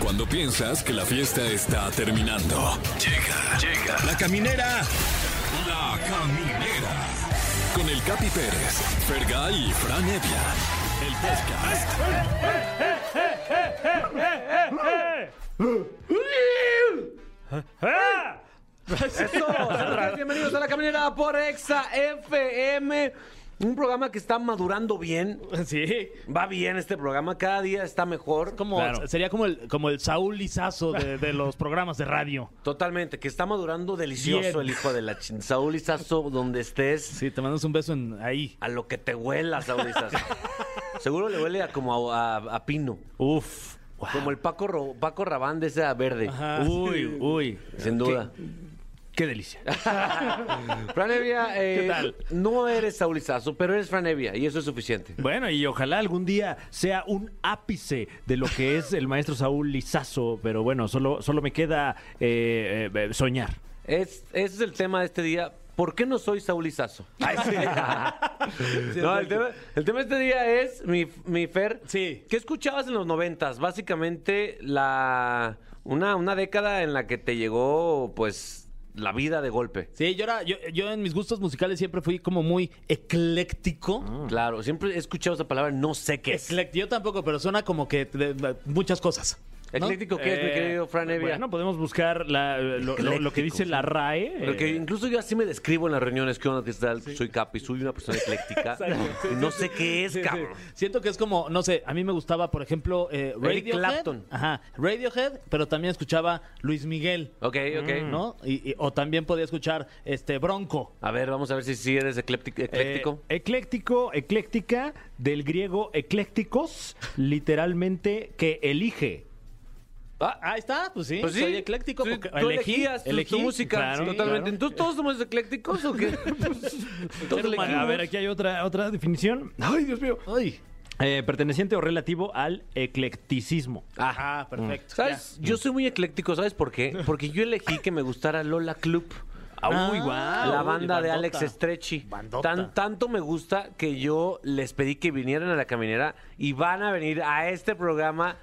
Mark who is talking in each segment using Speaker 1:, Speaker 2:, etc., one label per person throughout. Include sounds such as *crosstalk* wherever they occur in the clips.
Speaker 1: Cuando piensas que la fiesta está terminando. Llega, llega. La caminera. La caminera. Con el Capi Pérez, Fergay y Fran Evia. El podcast.
Speaker 2: Eso, sean ustedes bienvenidos a la caminera por Exa FM. Un programa que está madurando bien.
Speaker 3: Sí.
Speaker 2: Va bien este programa, cada día está mejor.
Speaker 3: Como,
Speaker 4: Claro.
Speaker 3: Sería como el, como el Saúl Lizazo de, de los programas de radio.
Speaker 2: Totalmente, que está madurando delicioso
Speaker 3: Bien.
Speaker 2: el hijo de la chin. Saúl Izazo, donde estés,
Speaker 3: Sí, te mandas un beso en ahí.
Speaker 2: a lo que te huela, Saúl Izazo. Seguro le huele a como a, a- a pino.
Speaker 4: Uf.
Speaker 2: Como el Paco, Ro- Paco Rabán de esa verde.
Speaker 3: Ajá.
Speaker 4: Uy, uy.
Speaker 2: Sin
Speaker 3: *laughs*
Speaker 2: duda.
Speaker 4: Qué delicia. *laughs*
Speaker 2: Fran Evia, eh,
Speaker 4: ¿Qué tal?
Speaker 2: no eres Saúl Izazo, pero eres Fran Evia, y eso es suficiente.
Speaker 4: Bueno, y ojalá algún día sea un ápice de lo que es el maestro Saúl Lizazo, pero bueno, solo, solo me queda eh, eh, soñar.
Speaker 2: Es, ese es el tema de este día. ¿Por qué no soy Saúl Izazo?
Speaker 3: *laughs*
Speaker 2: *laughs* no, el tema, el tema de este día es, mi, mi Fer,
Speaker 3: Sí.
Speaker 2: ¿qué escuchabas en los noventas? Básicamente la una, una década en la que te llegó, pues, la vida de golpe.
Speaker 3: Sí, yo, era, yo, yo en mis gustos musicales siempre fui como muy ecléctico.
Speaker 2: Claro, siempre he escuchado esa palabra, no sé qué es.
Speaker 3: Ecléctico, yo tampoco, pero suena como que de- de- muchas cosas. ¿no?
Speaker 2: ¿Ecléctico qué es, mi
Speaker 4: Eh,
Speaker 2: querido Fran Evia?
Speaker 4: Bueno, podemos buscar la- eh, lo, lo- lo que dice la RAE.
Speaker 3: pues,
Speaker 4: eh,
Speaker 2: Porque incluso yo así me describo en las reuniones, ¿qué onda? ¿Qué tal? Soy Capi, soy una persona
Speaker 3: *laughs*
Speaker 2: ecléctica. no sé qué es,
Speaker 3: Sí, sí.
Speaker 2: cabrón.
Speaker 3: Siento que es como, no sé, a mí me gustaba, por ejemplo, eh,
Speaker 2: Eric
Speaker 3: Radiohead.
Speaker 2: Clapton.
Speaker 3: Ajá, Radiohead, pero también escuchaba Luis Miguel,
Speaker 2: Ok, ok.
Speaker 3: Mm, ¿no? Y, y- o también podía escuchar este Bronco.
Speaker 2: A ver, vamos a ver si sí eres ecléptico. ecléctico.
Speaker 4: Eh, ecléctico, ecléctica, del griego eclécticos, literalmente que elige.
Speaker 2: Ah,
Speaker 3: Ahí está, pues sí,
Speaker 2: pues sí.
Speaker 3: soy ecléctico.
Speaker 2: Tú,
Speaker 3: porque
Speaker 2: tú elegías tu- tu,
Speaker 3: elegí,
Speaker 2: música.
Speaker 4: claro,
Speaker 2: totalmente.
Speaker 4: claro.
Speaker 2: ¿Entonces todos somos eclécticos o *laughs* qué? Todos
Speaker 4: A ver, aquí hay otra, otra definición. Ay, Dios mío.
Speaker 3: Ay.
Speaker 4: Eh, perteneciente o relativo al eclecticismo.
Speaker 3: Ajá, Ah, perfecto.
Speaker 2: Ah. ¿Sabes? Yo soy muy ecléctico, ¿sabes por qué? Porque yo elegí que me gustara Lola Club.
Speaker 4: Ah, uy, guau.
Speaker 2: La
Speaker 3: uy,
Speaker 2: banda de
Speaker 3: bandota.
Speaker 2: Alex Estrechi.
Speaker 3: Bandota.
Speaker 2: Tan, tanto me gusta que yo les pedí que vinieran a la caminera y van a venir a este programa.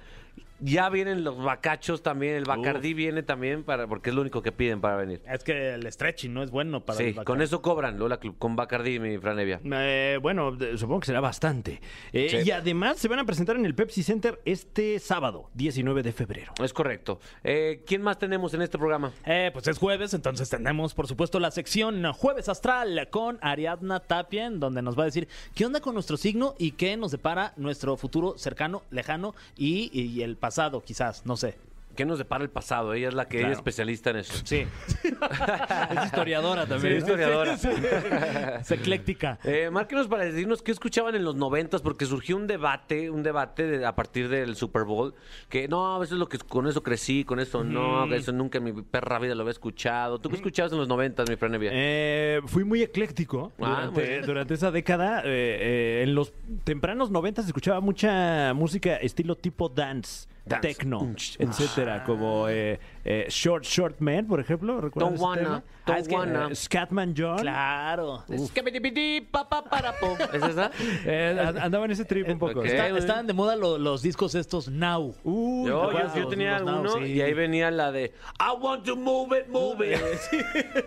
Speaker 2: Ya vienen los bacachos también, el Bacardí viene también para porque es lo único que piden para venir.
Speaker 3: Ya. Es que el stretching no es bueno para
Speaker 2: Sí,
Speaker 3: el
Speaker 2: con eso cobran Lola Club, con Bacardí, mi franevia.
Speaker 4: Eh, bueno, de- supongo que será bastante. Eh,
Speaker 2: Sí.
Speaker 4: Y además se van a presentar en el Pepsi Center este sábado, 19 de febrero.
Speaker 2: Es correcto. Eh, ¿Quién más tenemos en este programa?
Speaker 3: Eh, pues es jueves, entonces tenemos, por supuesto, la sección Jueves Astral con Ariadna Tapia, en donde nos va a decir qué onda con nuestro signo y qué nos depara nuestro futuro cercano, lejano y, y el pasado, quizás, no sé.
Speaker 2: ¿Qué nos depara el pasado? Ella es la que ella es
Speaker 4: Claro.
Speaker 2: especialista en eso.
Speaker 3: Sí. *laughs* es historiadora también.
Speaker 2: Sí, historiadora.
Speaker 3: *laughs* Es ecléctica.
Speaker 2: Eh, márquenos para decirnos qué escuchaban en los noventas, porque surgió un debate, un debate de- a partir del Super Bowl, que no, eso es lo que con eso crecí, con eso no, que eso nunca en mi perra vida lo había escuchado. ¿Tú qué escuchabas en los noventas, mi franevia?
Speaker 4: Eh, fui muy ecléctico
Speaker 2: Ah, muy
Speaker 4: durante,
Speaker 2: bien.
Speaker 4: durante esa década. eh, eh, en los tempranos 90 se escuchaba mucha música estilo tipo dance,
Speaker 2: Dance. Mm, ah.
Speaker 4: techno, etcétera, como eh, eh, Short Short Man, por ejemplo. ¿recuerdas
Speaker 2: Don't
Speaker 4: ese
Speaker 2: wanna,
Speaker 4: tema?
Speaker 2: don't
Speaker 4: es que,
Speaker 2: wanna.
Speaker 4: eh, Scatman John.
Speaker 3: Claro.
Speaker 2: Es que bidibidi, pa, pa, para, po. ¿Es esa?
Speaker 4: eh, an- andaba en ese trip un poco.
Speaker 2: Ok.
Speaker 3: Está-
Speaker 2: Eh, güey.
Speaker 3: estaban de moda lo- los discos estos Now.
Speaker 4: Uy,
Speaker 2: yo, yo-
Speaker 3: wow,
Speaker 2: yo tenía
Speaker 3: los Now,
Speaker 2: uno
Speaker 3: sí.
Speaker 2: y ahí venía la de I want to move it, move
Speaker 3: *laughs*
Speaker 2: it.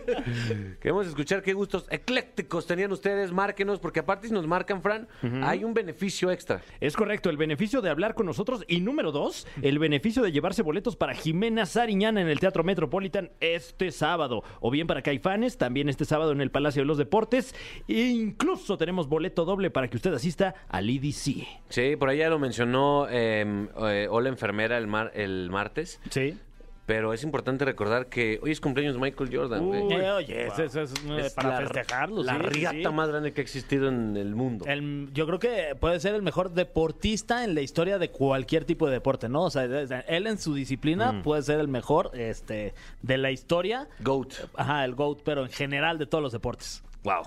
Speaker 2: Queremos escuchar qué gustos eclécticos tenían ustedes, márquenos, porque aparte si nos marcan, Fran, hay un beneficio extra.
Speaker 4: Es correcto, el beneficio de hablar con nosotros y número dos, el beneficio de llevarse boletos para Jimena Sariñana en el Teatro Metropolitan este sábado, o bien para Caifanes, también este sábado en el Palacio de los Deportes, e incluso tenemos boleto doble para que usted asista al IDC.
Speaker 2: Sí, por ahí ya lo mencionó eh, eh, Hola Enfermera el, mar- el martes,
Speaker 4: Sí.
Speaker 2: pero es importante recordar que hoy es cumpleaños de Michael Jordan. güey.
Speaker 3: Eh, oye, eso- eso es, eh,
Speaker 2: Es
Speaker 3: para
Speaker 2: la-
Speaker 3: festejarlo.
Speaker 2: La
Speaker 3: sí, sí,
Speaker 2: riata
Speaker 3: sí.
Speaker 2: más grande que ha existido en el mundo.
Speaker 3: El- yo creo que puede ser el mejor deportista en la historia de cualquier tipo de deporte, ¿no? O sea, desde- él en su disciplina puede ser el mejor este, de la historia.
Speaker 2: GOAT.
Speaker 3: Ajá, el GOAT, pero en general de todos los deportes.
Speaker 2: Wow.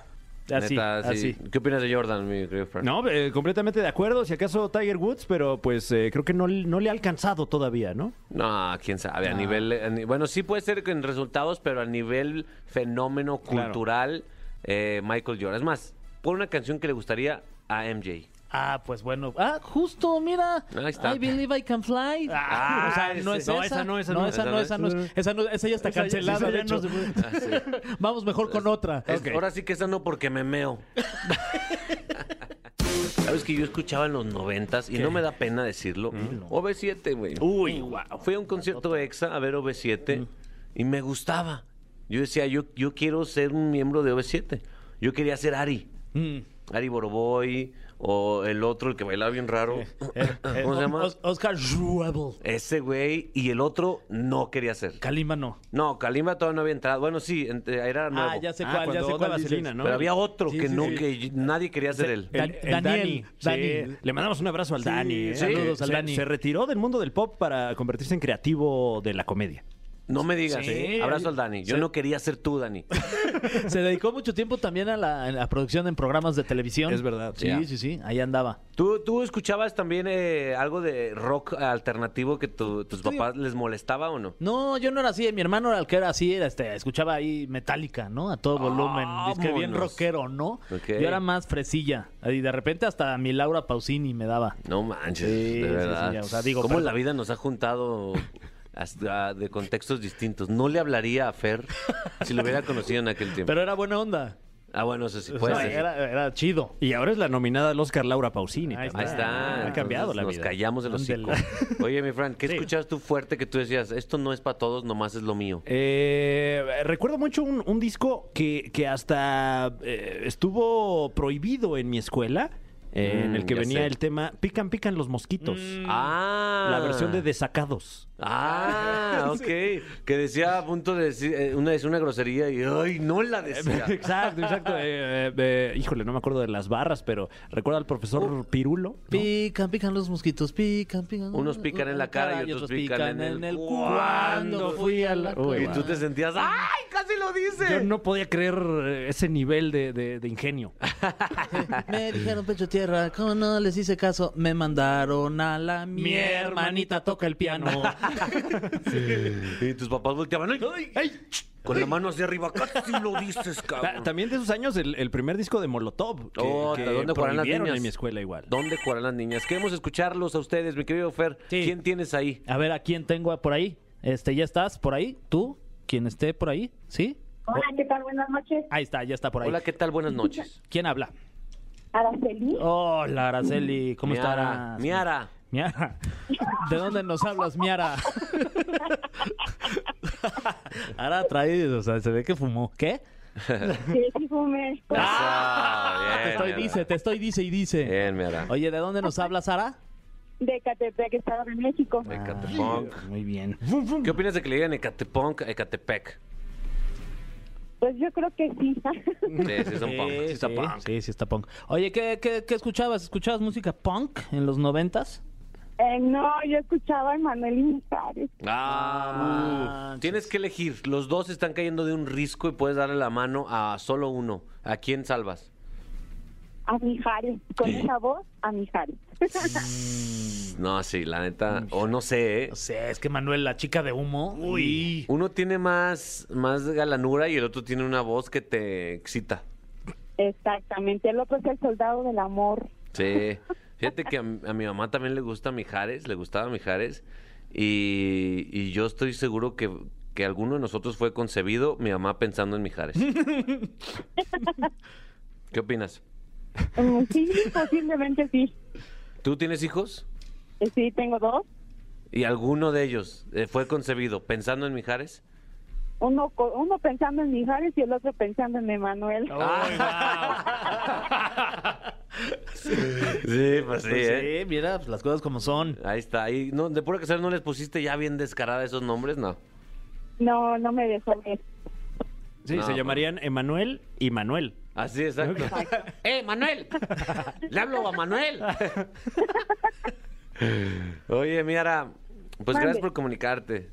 Speaker 3: Así, así.
Speaker 2: ¿Qué opinas de Jordan, mi querido Fran?
Speaker 4: No, eh, completamente de acuerdo, si acaso Tiger Woods, pero pues eh, creo que no, no le ha alcanzado todavía, ¿no?
Speaker 2: No, quién sabe. A nivel. a ni- bueno, sí puede ser que en resultados, pero a nivel fenómeno
Speaker 4: Claro.
Speaker 2: cultural, eh, Michael Jordan. Es más, pon una canción que le gustaría a MJ.
Speaker 3: Ah, pues bueno. Ah, justo, mira.
Speaker 2: Ahí está.
Speaker 3: I believe I can fly.
Speaker 2: Ah,
Speaker 3: o sea, no
Speaker 2: ese.
Speaker 3: es
Speaker 4: No,
Speaker 3: esa.
Speaker 4: esa no, esa
Speaker 3: no.
Speaker 4: no.
Speaker 3: Esa no, esa no. es- Esa, no- esa ya
Speaker 4: Esa
Speaker 3: está
Speaker 4: ya-
Speaker 3: cancelada.
Speaker 4: esa ya
Speaker 3: ya
Speaker 4: no
Speaker 3: no- *laughs* Vamos mejor con otra.
Speaker 2: Es-
Speaker 4: Ok.
Speaker 2: Ahora sí que esa no porque me meo. *laughs* Sabes que yo escuchaba en los noventas y no me da pena decirlo. OV7, güey.
Speaker 4: Mm. Uy,
Speaker 3: Mm.
Speaker 4: guau.
Speaker 2: Fui a un concierto exa a ver OV7 y me gustaba. Yo decía, yo, yo quiero ser un miembro de OV7. Yo quería ser Ari.
Speaker 3: Mm.
Speaker 2: Ari Boroboy o el otro, el que bailaba bien raro.
Speaker 3: Eh,
Speaker 2: *laughs* ¿Cómo se llama?
Speaker 3: Os- Oscar Schruebel.
Speaker 2: Ese güey y el otro no quería ser.
Speaker 3: Kalima no.
Speaker 2: No, Kalimba todavía no había entrado. Bueno, sí, ent- era nuevo.
Speaker 3: Ah, ya sé
Speaker 4: Ah,
Speaker 3: cuál, ya
Speaker 4: cuando
Speaker 3: sé
Speaker 4: onda
Speaker 3: cuál.
Speaker 4: vaselina,
Speaker 3: dices.
Speaker 4: ¿no?
Speaker 2: Pero había otro
Speaker 3: Sí,
Speaker 2: que
Speaker 3: sí,
Speaker 2: no,
Speaker 3: sí.
Speaker 2: que nadie quería ser él.
Speaker 3: Dan- Daniel, Dani.
Speaker 4: Le mandamos un abrazo al Dani. ¿eh?
Speaker 3: saludos al
Speaker 4: Se-
Speaker 3: Dani.
Speaker 4: Se retiró del mundo del pop para convertirse en creativo de la comedia.
Speaker 2: No me digas.
Speaker 3: Sí.
Speaker 2: Abrazo al Dani. Yo
Speaker 3: Sí.
Speaker 2: no quería ser tú,
Speaker 3: *laughs*
Speaker 2: Dani.
Speaker 3: Se dedicó mucho tiempo también a la, a la producción en programas de televisión.
Speaker 4: Es verdad.
Speaker 3: Sí,
Speaker 2: Ya.
Speaker 3: sí, sí. Ahí andaba.
Speaker 2: ¿Tú, tú escuchabas también eh, algo de rock alternativo que tu- tus papás les molestaba o no?
Speaker 3: No, yo no era así. Mi hermano era el que era así. era, este, escuchaba ahí Metallica, ¿no? A todo volumen. Es que bien
Speaker 2: Vámonos.
Speaker 3: rockero, ¿no?
Speaker 2: Ok.
Speaker 3: Yo era más fresilla. Y de repente hasta mi Laura Pausini me daba.
Speaker 2: No manches,
Speaker 3: Sí,
Speaker 2: de
Speaker 3: sí,
Speaker 2: verdad.
Speaker 3: sí, o sea, digo,
Speaker 2: ¿Cómo
Speaker 3: pero-
Speaker 2: la vida nos ha juntado hasta de contextos distintos? No le hablaría a Fer si lo hubiera conocido en aquel tiempo.
Speaker 3: Pero era buena onda.
Speaker 2: ah, bueno, eso sí
Speaker 3: O
Speaker 2: puede
Speaker 3: sea,
Speaker 2: ser.
Speaker 3: era, era chido.
Speaker 4: Y ahora es la nominada al Oscar Laura Pausini.
Speaker 3: Ahí
Speaker 2: Ahí
Speaker 4: también.
Speaker 2: está.
Speaker 4: Ha cambiado
Speaker 2: Entonces,
Speaker 4: la
Speaker 2: Nos
Speaker 4: vida.
Speaker 2: callamos de los cinco.
Speaker 3: Ándele.
Speaker 2: Oye, mi Fran, ¿qué
Speaker 4: Sí.
Speaker 2: escuchabas tú fuerte que tú decías, esto no es para todos, nomás es lo mío?
Speaker 4: Eh, recuerdo mucho un, un disco que, que hasta eh, estuvo prohibido en mi escuela, eh,
Speaker 2: Mm,
Speaker 4: en el que
Speaker 2: ya
Speaker 4: venía
Speaker 2: sé.
Speaker 4: el tema Pican, pican los mosquitos.
Speaker 2: Ah.
Speaker 4: La versión de Desacados.
Speaker 2: Ah,
Speaker 4: *laughs*
Speaker 2: ok. Que decía a punto de decir eh, una, decía una grosería y ay, no la decía.
Speaker 4: *laughs* Exacto, exacto. Eh, eh, eh, híjole, no me acuerdo de las barras, pero recuerdo al profesor Pirulo. ¿no?
Speaker 3: Pican, pican los mosquitos, pican, pican.
Speaker 2: Unos pican en la cara y otros pican en el
Speaker 3: cu-
Speaker 2: cuando fui
Speaker 4: a la-
Speaker 2: Y
Speaker 4: Uy,
Speaker 2: tú te sentías, ¡ay! ¡Casi lo dice!
Speaker 4: Yo
Speaker 2: *laughs*
Speaker 4: no podía creer eh, ese nivel de, de- de ingenio.
Speaker 3: Me dijeron pecho tierra, como no les hice caso, me mandaron a la
Speaker 4: Mi hermanita toca el piano.
Speaker 2: Y tus papás volteaban, ¡ay! ay, Con la mano hacia arriba, casi lo dices,
Speaker 4: Ta-
Speaker 2: cabrón.
Speaker 4: También de esos años, el, el primer disco de Molotov. Que,
Speaker 2: Oh,
Speaker 4: que
Speaker 2: ¿dónde jugarán las
Speaker 4: prohibieron
Speaker 2: niñas?
Speaker 4: en mi escuela igual.
Speaker 2: ¿Dónde jugarán las niñas? Queremos escucharlos a ustedes, mi querido Fer.
Speaker 3: Sí.
Speaker 2: ¿Quién tienes ahí?
Speaker 3: *laughs* A ver, ¿a quién tengo por ahí? Este, ¿ya estás por ahí? ¿Tú? ¿Quién esté por ahí? ¿Sí?
Speaker 5: Hola, ¿qué tal? Buenas noches.
Speaker 3: Ahí está, ya está por ahí.
Speaker 2: Hola, ¿qué tal? Buenas noches.
Speaker 3: ¿Quién habla?
Speaker 5: Araceli,
Speaker 3: Oh. Hola, Araceli, ¿cómo
Speaker 2: Miara,
Speaker 3: estás?
Speaker 2: Miara.
Speaker 3: Miara. ¿De dónde nos hablas,
Speaker 2: *laughs*
Speaker 3: Miara? Ahora traído, o sea, se ve que fumó. ¿Qué?
Speaker 5: que sí fumé.
Speaker 4: Ah.
Speaker 2: Eso, bien,
Speaker 3: te estoy
Speaker 2: Miara. Eh.
Speaker 3: dice, te estoy dice y dice.
Speaker 2: Bien, Miara.
Speaker 3: Oye, ¿de dónde nos hablas, Sara?
Speaker 5: De Catepec, Estado de México.
Speaker 3: Ah.
Speaker 2: De Ecatepec.
Speaker 3: Muy bien.
Speaker 2: ¿Qué opinas de que le digan Ecatepec? Ecatepec.
Speaker 5: Pues yo creo que sí. *laughs*
Speaker 2: Sí, sí, son
Speaker 3: Sí,
Speaker 2: punk.
Speaker 3: sí,
Speaker 2: son punk.
Speaker 3: sí, sí está punk. Oye, ¿qué, qué, qué escuchabas? ¿Escuchabas música punk en los noventas?
Speaker 5: Eh, no, yo escuchaba a Manuel Inzares.
Speaker 2: Ah,
Speaker 3: manches.
Speaker 2: tienes que elegir. Los dos están cayendo de un risco y puedes darle la mano a solo uno. ¿A quién salvas?
Speaker 5: A Mijares. Con esa voz, a Mijares.
Speaker 2: No, sí, la neta. O no sé, ¿eh?
Speaker 3: No sé, es que Manuel, la chica de humo. Uy.
Speaker 2: Uno tiene más, más galanura y el otro tiene una voz que te excita.
Speaker 5: *laughs* Exactamente. El otro es el soldado del amor.
Speaker 2: Sí. Fíjate que a, mi- a mi mamá también le gusta Mijares, le gustaba Mijares. Y, y yo estoy seguro que, que alguno de nosotros fue concebido, mi mamá pensando en Mijares. ¿Qué opinas?
Speaker 5: Mm, Sí, posiblemente sí.
Speaker 2: ¿Tú tienes hijos?
Speaker 5: Eh, Sí, tengo dos.
Speaker 2: ¿Y alguno de ellos eh, fue concebido pensando en Mijares?
Speaker 5: Uno, co- uno pensando en Mijares y el otro pensando en Emanuel.
Speaker 2: Ah. *laughs* Sí, pues sí,
Speaker 3: Pues
Speaker 2: ¿eh?
Speaker 3: sí, mira, pues, las cosas como son.
Speaker 2: Ahí está. Ahí, no, de pura casualidad no les pusiste ya bien descarada esos nombres, no.
Speaker 5: No, no me dejó ver.
Speaker 4: Sí,
Speaker 2: No,
Speaker 4: se llamarían Emanuel y Manuel.
Speaker 2: Así, exacto. *laughs* ¡Eh, Manuel! ¡Le hablo a Manuel! Oye, Miara, pues
Speaker 5: Mande.
Speaker 2: gracias por comunicarte.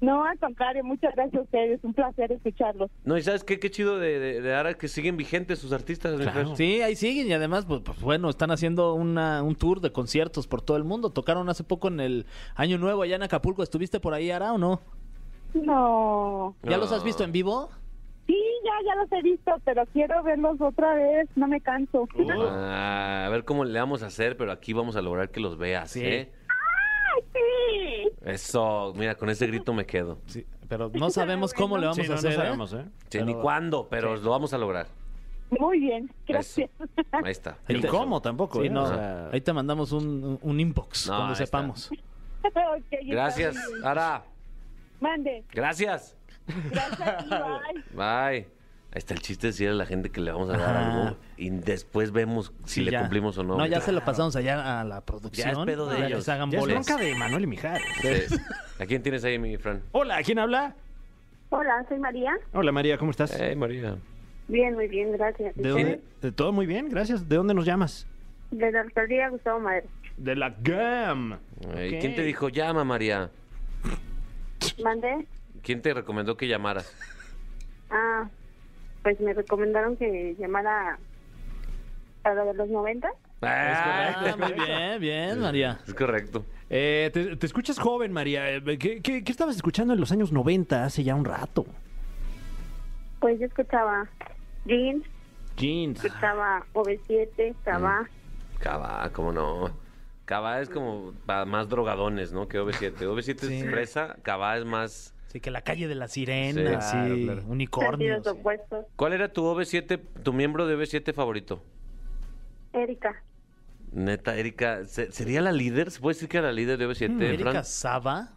Speaker 5: No, al contrario, muchas gracias a ustedes. Un placer escucharlos.
Speaker 2: No, y ¿sabes qué? Qué chido de, de, de ahora que siguen vigentes sus artistas. mi Fer.
Speaker 3: Sí, ahí siguen y además, pues, pues, bueno, están haciendo una, un tour de conciertos por todo el mundo. Tocaron hace poco en el Año Nuevo allá en Acapulco. ¿Estuviste por ahí, Ara, o no?
Speaker 5: No.
Speaker 3: ¿Ya los
Speaker 2: No.
Speaker 3: has visto en vivo?
Speaker 5: Sí, ya, ya los he visto, pero quiero verlos otra vez, no me canso.
Speaker 2: Ah, a ver cómo le vamos a hacer, pero aquí vamos a lograr que los veas,
Speaker 3: Sí.
Speaker 2: ¿eh?
Speaker 5: ¡Ay, *laughs* sí!
Speaker 2: Eso, mira, con ese grito me quedo.
Speaker 3: Sí, pero no sabemos cómo le vamos
Speaker 4: Sí,
Speaker 3: a
Speaker 4: no,
Speaker 3: hacer.
Speaker 4: no
Speaker 3: ¿eh?
Speaker 4: sabemos, ¿eh?
Speaker 2: Sí, ni cuándo, pero lo vamos a lograr.
Speaker 5: Muy bien,
Speaker 2: Eso.
Speaker 5: gracias. *laughs*
Speaker 2: Ahí está.
Speaker 3: Ahí
Speaker 4: Ni
Speaker 3: te-
Speaker 4: cómo tampoco,
Speaker 3: Sí,
Speaker 4: ¿eh?
Speaker 3: no,
Speaker 4: O sea,
Speaker 3: Ahí te mandamos un, un inbox
Speaker 2: No,
Speaker 3: cuando
Speaker 2: ahí está.
Speaker 3: sepamos.
Speaker 5: Ok, está
Speaker 2: Gracias,
Speaker 5: bien.
Speaker 2: Ara.
Speaker 5: Mande.
Speaker 2: Gracias. *laughs*
Speaker 5: Gracias a ti, bye.
Speaker 2: Bye. Ahí está el chiste de decirle a la gente que le vamos a dar
Speaker 3: Ah.
Speaker 2: algo y después vemos si
Speaker 3: Sí,
Speaker 2: le
Speaker 3: ya.
Speaker 2: cumplimos o no.
Speaker 3: No, ya se lo pasamos allá a la producción.
Speaker 2: Ya es pedo de
Speaker 3: para que
Speaker 2: ellos.
Speaker 3: se hagan
Speaker 4: ya es
Speaker 3: bolas.
Speaker 4: bronca de Manuel Mijares. *laughs*
Speaker 2: Sí. ¿A quién tienes ahí, mi Fran?
Speaker 4: Hola, ¿quién habla?
Speaker 6: Hola, soy María.
Speaker 4: Hola, María, ¿cómo estás?
Speaker 2: Hey, María.
Speaker 6: Bien, muy bien, gracias.
Speaker 4: ¿De dónde? Eh, Todo muy bien, gracias. ¿De dónde nos llamas?
Speaker 6: Desde la alcaldía Gustavo Madero.
Speaker 4: De la GAM.
Speaker 2: Eh, ¿Quién te dijo llama, María?
Speaker 6: ¿Mandé?
Speaker 2: ¿Quién te recomendó que llamaras?
Speaker 6: Ah, pues me recomendaron que llamara a lo de los 90.
Speaker 3: Ah, muy bien, bien, María.
Speaker 2: Es correcto.
Speaker 4: Eh, te, te escuchas joven, María. Eh, ¿Qué, qué, qué estabas escuchando en los años 90, hace ya un rato?
Speaker 6: Pues yo escuchaba Jeans,
Speaker 4: Ah. Jeans.
Speaker 6: escuchaba OV7,
Speaker 4: Mm,
Speaker 6: Cava.
Speaker 2: Cava, ¿cómo no? Cava es como para más drogadones, ¿no? Que OV7.
Speaker 3: *laughs*
Speaker 2: OV7
Speaker 3: Sí.
Speaker 2: es fresa, Cava es más...
Speaker 3: Sí, que la calle de la sirena,
Speaker 2: Sí,
Speaker 3: sí,
Speaker 2: claro, claro.
Speaker 3: unicornios.
Speaker 6: Sentidos opuestos.
Speaker 2: ¿Cuál era tu OV7, tu miembro de OV7 favorito?
Speaker 6: Erika.
Speaker 2: Neta, Erika, ¿se- ¿sería la líder? ¿Se puede decir que era la líder de OV7,
Speaker 3: Hmm, Erika
Speaker 2: Fran?
Speaker 3: Saba.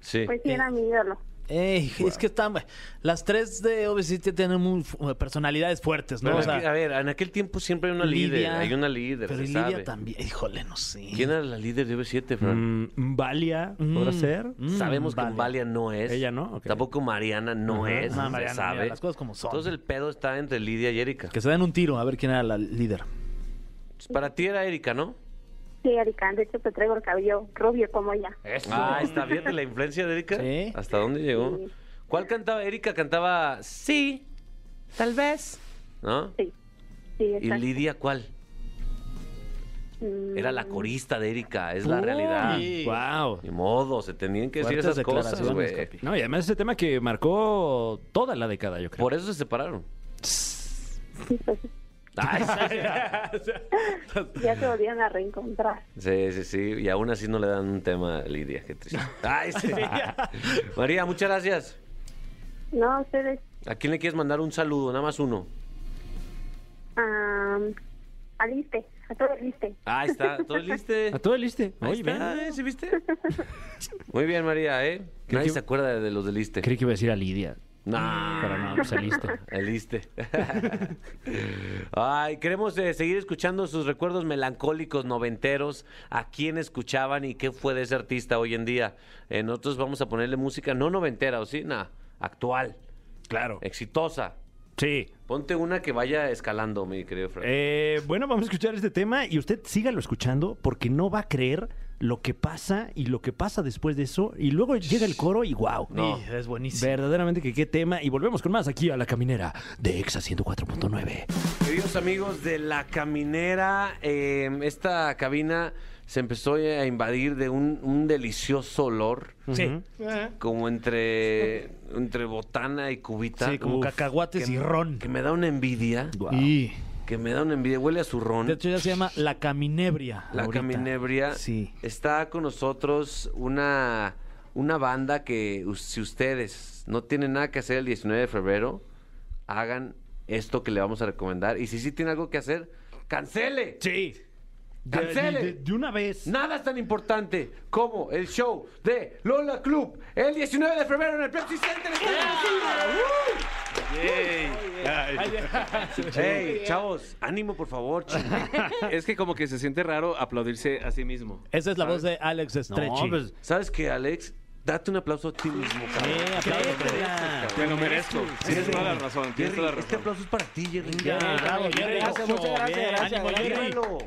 Speaker 2: Sí.
Speaker 6: Pues sí, era mi ídolo.
Speaker 3: Ey, es que están. Las tres de OV7 tienen muy fu- eh, personalidades fuertes, ¿no?
Speaker 2: Pero
Speaker 3: O
Speaker 2: en
Speaker 3: sea,
Speaker 2: aquel- a ver, en aquel tiempo siempre hay una líder,
Speaker 3: Lidia,
Speaker 2: hay una líder,
Speaker 3: Pero
Speaker 2: se
Speaker 3: y Lidia
Speaker 2: sabe.
Speaker 3: también. Híjole, no sé.
Speaker 2: ¿Quién era la líder de OV7, Fran?
Speaker 4: Mm, Valia, ¿podrá
Speaker 3: Mm,
Speaker 4: ser?
Speaker 3: mm,
Speaker 2: Sabemos que
Speaker 3: vale.
Speaker 2: Valia no es.
Speaker 4: Ella no, ok.
Speaker 2: Tampoco Mariana no
Speaker 4: Ajá.
Speaker 2: es.
Speaker 3: No,
Speaker 2: se
Speaker 3: Mariana,
Speaker 2: sabe.
Speaker 3: mira, las cosas como son.
Speaker 2: Entonces el pedo está entre Lidia y Erika. Pues,
Speaker 3: Que se den un tiro a ver quién era la líder.
Speaker 2: Para ti era Erika, ¿no?
Speaker 6: Sí, Erika. De hecho, te traigo el cabello rubio como ella.
Speaker 2: Ah, está bien la influencia de Erika.
Speaker 3: Sí.
Speaker 2: ¿Hasta dónde llegó?
Speaker 6: Sí.
Speaker 2: ¿Cuál cantaba Erika? Cantaba sí, tal vez, ¿no?
Speaker 6: Sí. Sí,
Speaker 2: ¿Y
Speaker 6: exacto.
Speaker 2: Lidia cuál?
Speaker 6: Mm,
Speaker 2: Era la corista de Erika, es la
Speaker 3: Uy.
Speaker 2: realidad.
Speaker 4: Wow.
Speaker 2: Ni modo, se tenían que decir
Speaker 3: Fuertes
Speaker 2: esas cosas,
Speaker 3: declaraciones,
Speaker 2: güey.
Speaker 3: capi.
Speaker 4: No, y además ese tema que marcó toda la década, yo creo.
Speaker 2: Por eso se separaron.
Speaker 6: sí, pues,
Speaker 2: Ay,
Speaker 6: ya se volvieron a reencontrar.
Speaker 2: sí, sí, sí. Y aún así no le dan un tema a Lidia, qué triste. Ay, sí. María, muchas gracias.
Speaker 6: No, ustedes
Speaker 2: ¿A quién le quieres mandar un saludo? Nada más uno.
Speaker 6: Am, aliste, a todo aliste.
Speaker 2: Ahí está, todo listo.
Speaker 4: A todo el liste.
Speaker 2: e- Ahí
Speaker 4: Oye,
Speaker 2: está,
Speaker 4: bien.
Speaker 2: ¿eh? ¿Sí viste? Muy bien, María, ¿eh?
Speaker 4: Creo
Speaker 2: Nadie
Speaker 4: que-
Speaker 2: se acuerda de los del Iste.
Speaker 4: Creí que iba a decir a Lidia.
Speaker 2: No,
Speaker 4: Pero no, pues el Iste.
Speaker 2: Ah. *laughs* El Iste. Ay, queremos eh, seguir escuchando sus recuerdos melancólicos noventeros, a quién escuchaban y qué fue de ese artista hoy en día. Eh, nosotros vamos a ponerle música no noventera, ¿o sí? Nah, actual,
Speaker 4: Claro.
Speaker 2: exitosa.
Speaker 4: Eh, Sí.
Speaker 2: Ponte una que vaya escalando, mi querido Frank.
Speaker 4: Eh, bueno, vamos a escuchar este tema y usted sígalo escuchando porque no va a creer lo que pasa y lo que pasa después de eso. Y luego llega el coro y wow.
Speaker 2: No.
Speaker 3: Sí, es buenísimo.
Speaker 4: Verdaderamente que qué tema. Y volvemos con más aquí a La Caminera de Exa 104.9.
Speaker 2: Queridos amigos de La Caminera, eh, esta cabina se empezó a invadir de un, un delicioso olor,
Speaker 3: Sí.
Speaker 2: como entre, entre botana y cubita.
Speaker 3: Sí, como
Speaker 2: Uf,
Speaker 3: cacahuates
Speaker 2: que-
Speaker 3: y ron.
Speaker 2: Que me da una envidia,
Speaker 3: Y
Speaker 2: que me da una envidia. Huele a zurrón.
Speaker 3: de hecho ya se llama La Caminebria.
Speaker 2: La
Speaker 3: ahorita.
Speaker 2: Caminebria.
Speaker 3: Sí.
Speaker 2: Está con nosotros una, una banda que us- si ustedes no tienen nada que hacer el 19 de febrero, hagan esto que le vamos a recomendar. Y si sí tiene algo que hacer, cancele.
Speaker 4: Sí.
Speaker 2: Cancele.
Speaker 4: una vez.
Speaker 2: Nada es tan importante como el show de Lola Club el 19 de febrero en el Pepsi Center. ¡Ey, chavos! ¡Ánimo, por favor!
Speaker 3: *laughs*
Speaker 2: chingue.
Speaker 7: Es que como que se siente raro aplaudirse a sí mismo.
Speaker 3: Esa es la voz de Alex Stretchy.
Speaker 4: No, pues,
Speaker 2: ¿Sabes qué, Alex? Date un aplauso a ti mismo, cabrón.
Speaker 3: Sí, aplauso, este
Speaker 7: Me lo merezco. Tienes toda la razón, tienes toda la
Speaker 2: Jerry, este
Speaker 7: razón.
Speaker 2: aplauso es para ti, Jerry.
Speaker 3: Bien, bravo, Jerry.
Speaker 2: Gracias, muchas gracias,
Speaker 3: Bien,
Speaker 2: gracias,
Speaker 3: ánimo,
Speaker 2: gracias.
Speaker 3: Jerry.
Speaker 2: Dímelo.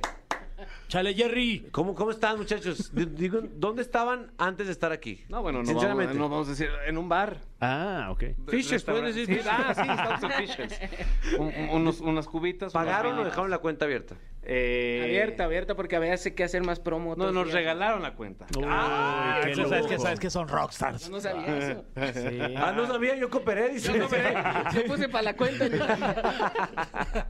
Speaker 3: Chale, Jerry.
Speaker 2: ¿Cómo, ¿Cómo están, muchachos? D- Digo, ¿dónde estaban antes de estar aquí?
Speaker 7: No, bueno, no
Speaker 2: Sinceramente.
Speaker 7: vamos, no vamos a decir en un bar.
Speaker 4: ah, ok.
Speaker 2: Fishes,
Speaker 7: Restaurante.
Speaker 2: puedes decir
Speaker 7: Sí,
Speaker 2: fishes. *laughs*
Speaker 7: Ah, sí, estamos en Fishes. Un- un- unos, unas cubitas.
Speaker 2: ¿Pagaron o
Speaker 7: unas
Speaker 2: dejaron la cuenta abierta?
Speaker 7: velitas. eh,
Speaker 8: Abierta, abierta, porque a veces hay que hacer más promo.
Speaker 7: No,
Speaker 8: otros
Speaker 7: nos
Speaker 8: días.
Speaker 7: regalaron la cuenta.
Speaker 3: Ah,
Speaker 4: qué
Speaker 3: eso sabes que
Speaker 4: lujo.
Speaker 3: sabes que son rockstars.
Speaker 8: Yo no sabía eso.
Speaker 7: *laughs*
Speaker 2: Ah, no sabía, yo cooperé, dice.
Speaker 8: Yo, no
Speaker 2: *laughs*
Speaker 8: me- yo puse para la cuenta.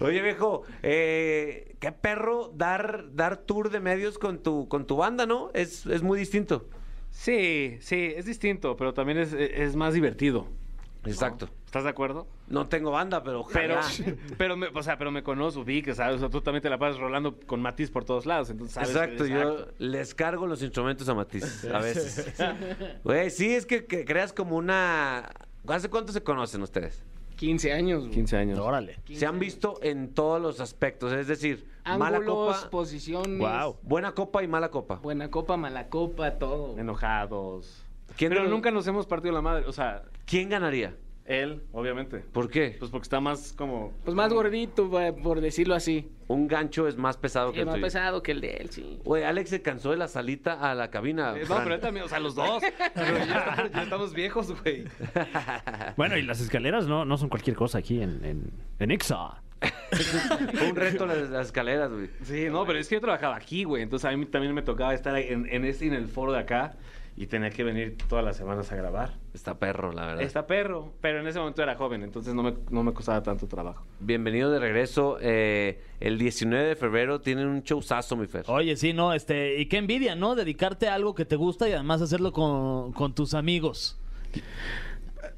Speaker 2: Oye, viejo, eh, qué perro dar, dar tour de medios con tu, con tu banda, ¿no? Es, es muy distinto.
Speaker 7: Sí, sí, es distinto, pero también es, es más divertido.
Speaker 2: Exacto.
Speaker 7: ¿Estás de acuerdo?
Speaker 2: No tengo banda, pero *laughs*
Speaker 7: Pero,
Speaker 2: ojalá.
Speaker 7: *laughs* pero me, o sea, pero me conozco, ubicas, ¿sabes? O sea, tú también te la pasas rolando con Matiz por todos lados, entonces sabes que-
Speaker 2: Exacto, yo les cargo los instrumentos a Matiz a *laughs* veces. Güey, sí, es que, que creas como una... ¿Hace cuánto se conocen ustedes?
Speaker 8: 15 años. güey.
Speaker 7: 15 años.
Speaker 3: Órale.
Speaker 2: Se han visto en todos los aspectos, es decir, mala
Speaker 8: Ángulos,
Speaker 2: copa,
Speaker 8: posiciones.
Speaker 4: Guau.
Speaker 2: buena copa y mala copa.
Speaker 8: Buena copa, mala copa, todo.
Speaker 7: Enojados.
Speaker 2: ¿Quién
Speaker 7: pero
Speaker 2: de los-
Speaker 7: nunca nos hemos partido la madre, o sea,
Speaker 2: ¿Quién ganaría?
Speaker 7: él, obviamente.
Speaker 2: ¿Por qué?
Speaker 7: Pues porque está más como...
Speaker 8: Pues más gordito, güey, por decirlo así.
Speaker 2: Un gancho es más pesado que
Speaker 8: Es
Speaker 2: el
Speaker 8: más
Speaker 2: tuyo.
Speaker 8: pesado que el de él, sí.
Speaker 2: Güey, Alex se cansó de la salita a la cabina.
Speaker 7: Eh, No,
Speaker 2: Fran.
Speaker 7: pero él también, o sea, los *laughs* dos. Pero ya, estamos, ya estamos viejos, güey.
Speaker 4: Bueno, y las escaleras no, no son cualquier cosa aquí en, en, en Exa.
Speaker 2: Fue un reto las, las escaleras, güey.
Speaker 7: Sí, no, pero es que yo trabajaba aquí, güey. Entonces a mí también me tocaba estar en, en este y en el foro de acá. Y tenía que venir todas las semanas a grabar.
Speaker 2: Está perro, la verdad.
Speaker 7: Está perro. Pero en ese momento era joven, entonces no me, no me costaba tanto trabajo.
Speaker 2: Bienvenido de regreso. eh, el 19 de febrero tienen un showzazo, mi Fer.
Speaker 3: Oye, sí, no, este, y qué envidia, ¿no? Dedicarte a algo que te gusta y además hacerlo con, con tus amigos.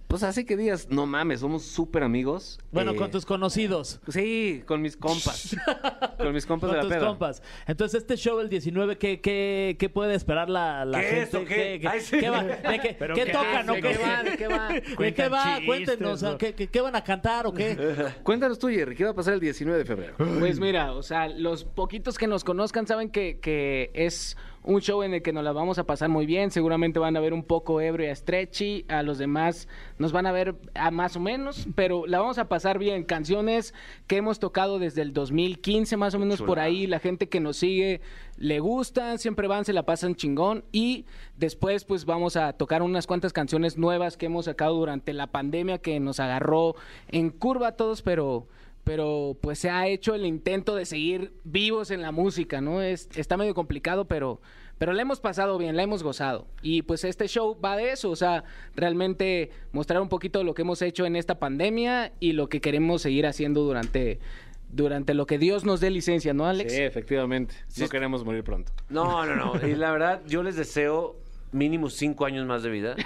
Speaker 7: Pues así que digas, no mames, somos súper amigos.
Speaker 3: Bueno,
Speaker 7: Eh,
Speaker 3: con tus conocidos.
Speaker 7: Sí, con
Speaker 2: *laughs*
Speaker 7: mis compas. con mis compas
Speaker 3: Con
Speaker 7: de la
Speaker 3: tus
Speaker 7: peda.
Speaker 3: compas. Entonces, este show el 19, ¿qué, qué, qué puede esperar la, la
Speaker 2: ¿Qué
Speaker 3: gente?
Speaker 2: es o qué? Ay, sí.
Speaker 3: qué va? ¿De qué,
Speaker 4: ¿Pero
Speaker 3: qué
Speaker 4: qué
Speaker 3: tocan
Speaker 4: hace?
Speaker 3: o qué?
Speaker 8: ¿De qué va? ¿De qué va?
Speaker 3: ¿De qué
Speaker 4: Cuentan
Speaker 3: va?
Speaker 4: chistes,
Speaker 3: Cuéntenos,
Speaker 4: ¿no?
Speaker 3: ¿qué, qué, qué van a cantar o qué?
Speaker 7: Cuéntanos tú, Jerry, ¿qué va a pasar el 19 de febrero?
Speaker 8: Pues mira, o sea, los poquitos que nos conozcan saben que, que es un show en el que nos la vamos a pasar muy bien. Seguramente van a ver un poco ebrio y a Stretchy. A los demás nos van a ver a más o menos, pero la vamos a pasar bien. Canciones que hemos tocado desde el 2015, más o menos por ahí. La gente que nos sigue le gustan, siempre van, se la pasan chingón. Y después, pues vamos a tocar unas cuantas canciones nuevas que hemos sacado durante la pandemia que nos agarró en curva a todos, pero pero pues se ha hecho el intento de seguir vivos en la música, ¿no? Es, está medio complicado, pero, pero la hemos pasado bien, la hemos gozado. Y pues este show va de eso, o sea, realmente mostrar un poquito de lo que hemos hecho en esta pandemia y lo que queremos seguir haciendo durante, durante lo que Dios nos dé licencia, ¿no, Alex?
Speaker 7: Sí, efectivamente. No queremos morir *laughs* pronto.
Speaker 2: No, no, no. Y la verdad, yo les deseo mínimo cinco años más de vida.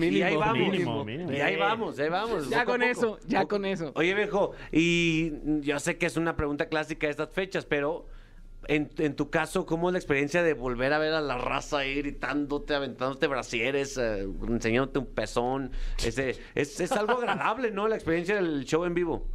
Speaker 2: y ahí vamos.
Speaker 4: mínimo, mínimo.
Speaker 2: Y ahí vamos, ahí vamos.
Speaker 8: Ya
Speaker 2: poco a
Speaker 8: con
Speaker 2: poco.
Speaker 8: eso, ya
Speaker 2: Poco-
Speaker 8: con eso.
Speaker 2: Oye, viejo, y yo sé que es una pregunta clásica de estas fechas, pero en, en tu caso, ¿cómo es la experiencia de volver a ver a la raza ahí gritándote, aventándote brasieres, eh, enseñándote un pezón? Ese, es, es
Speaker 8: *laughs*
Speaker 2: algo agradable, ¿no? La experiencia del show en vivo.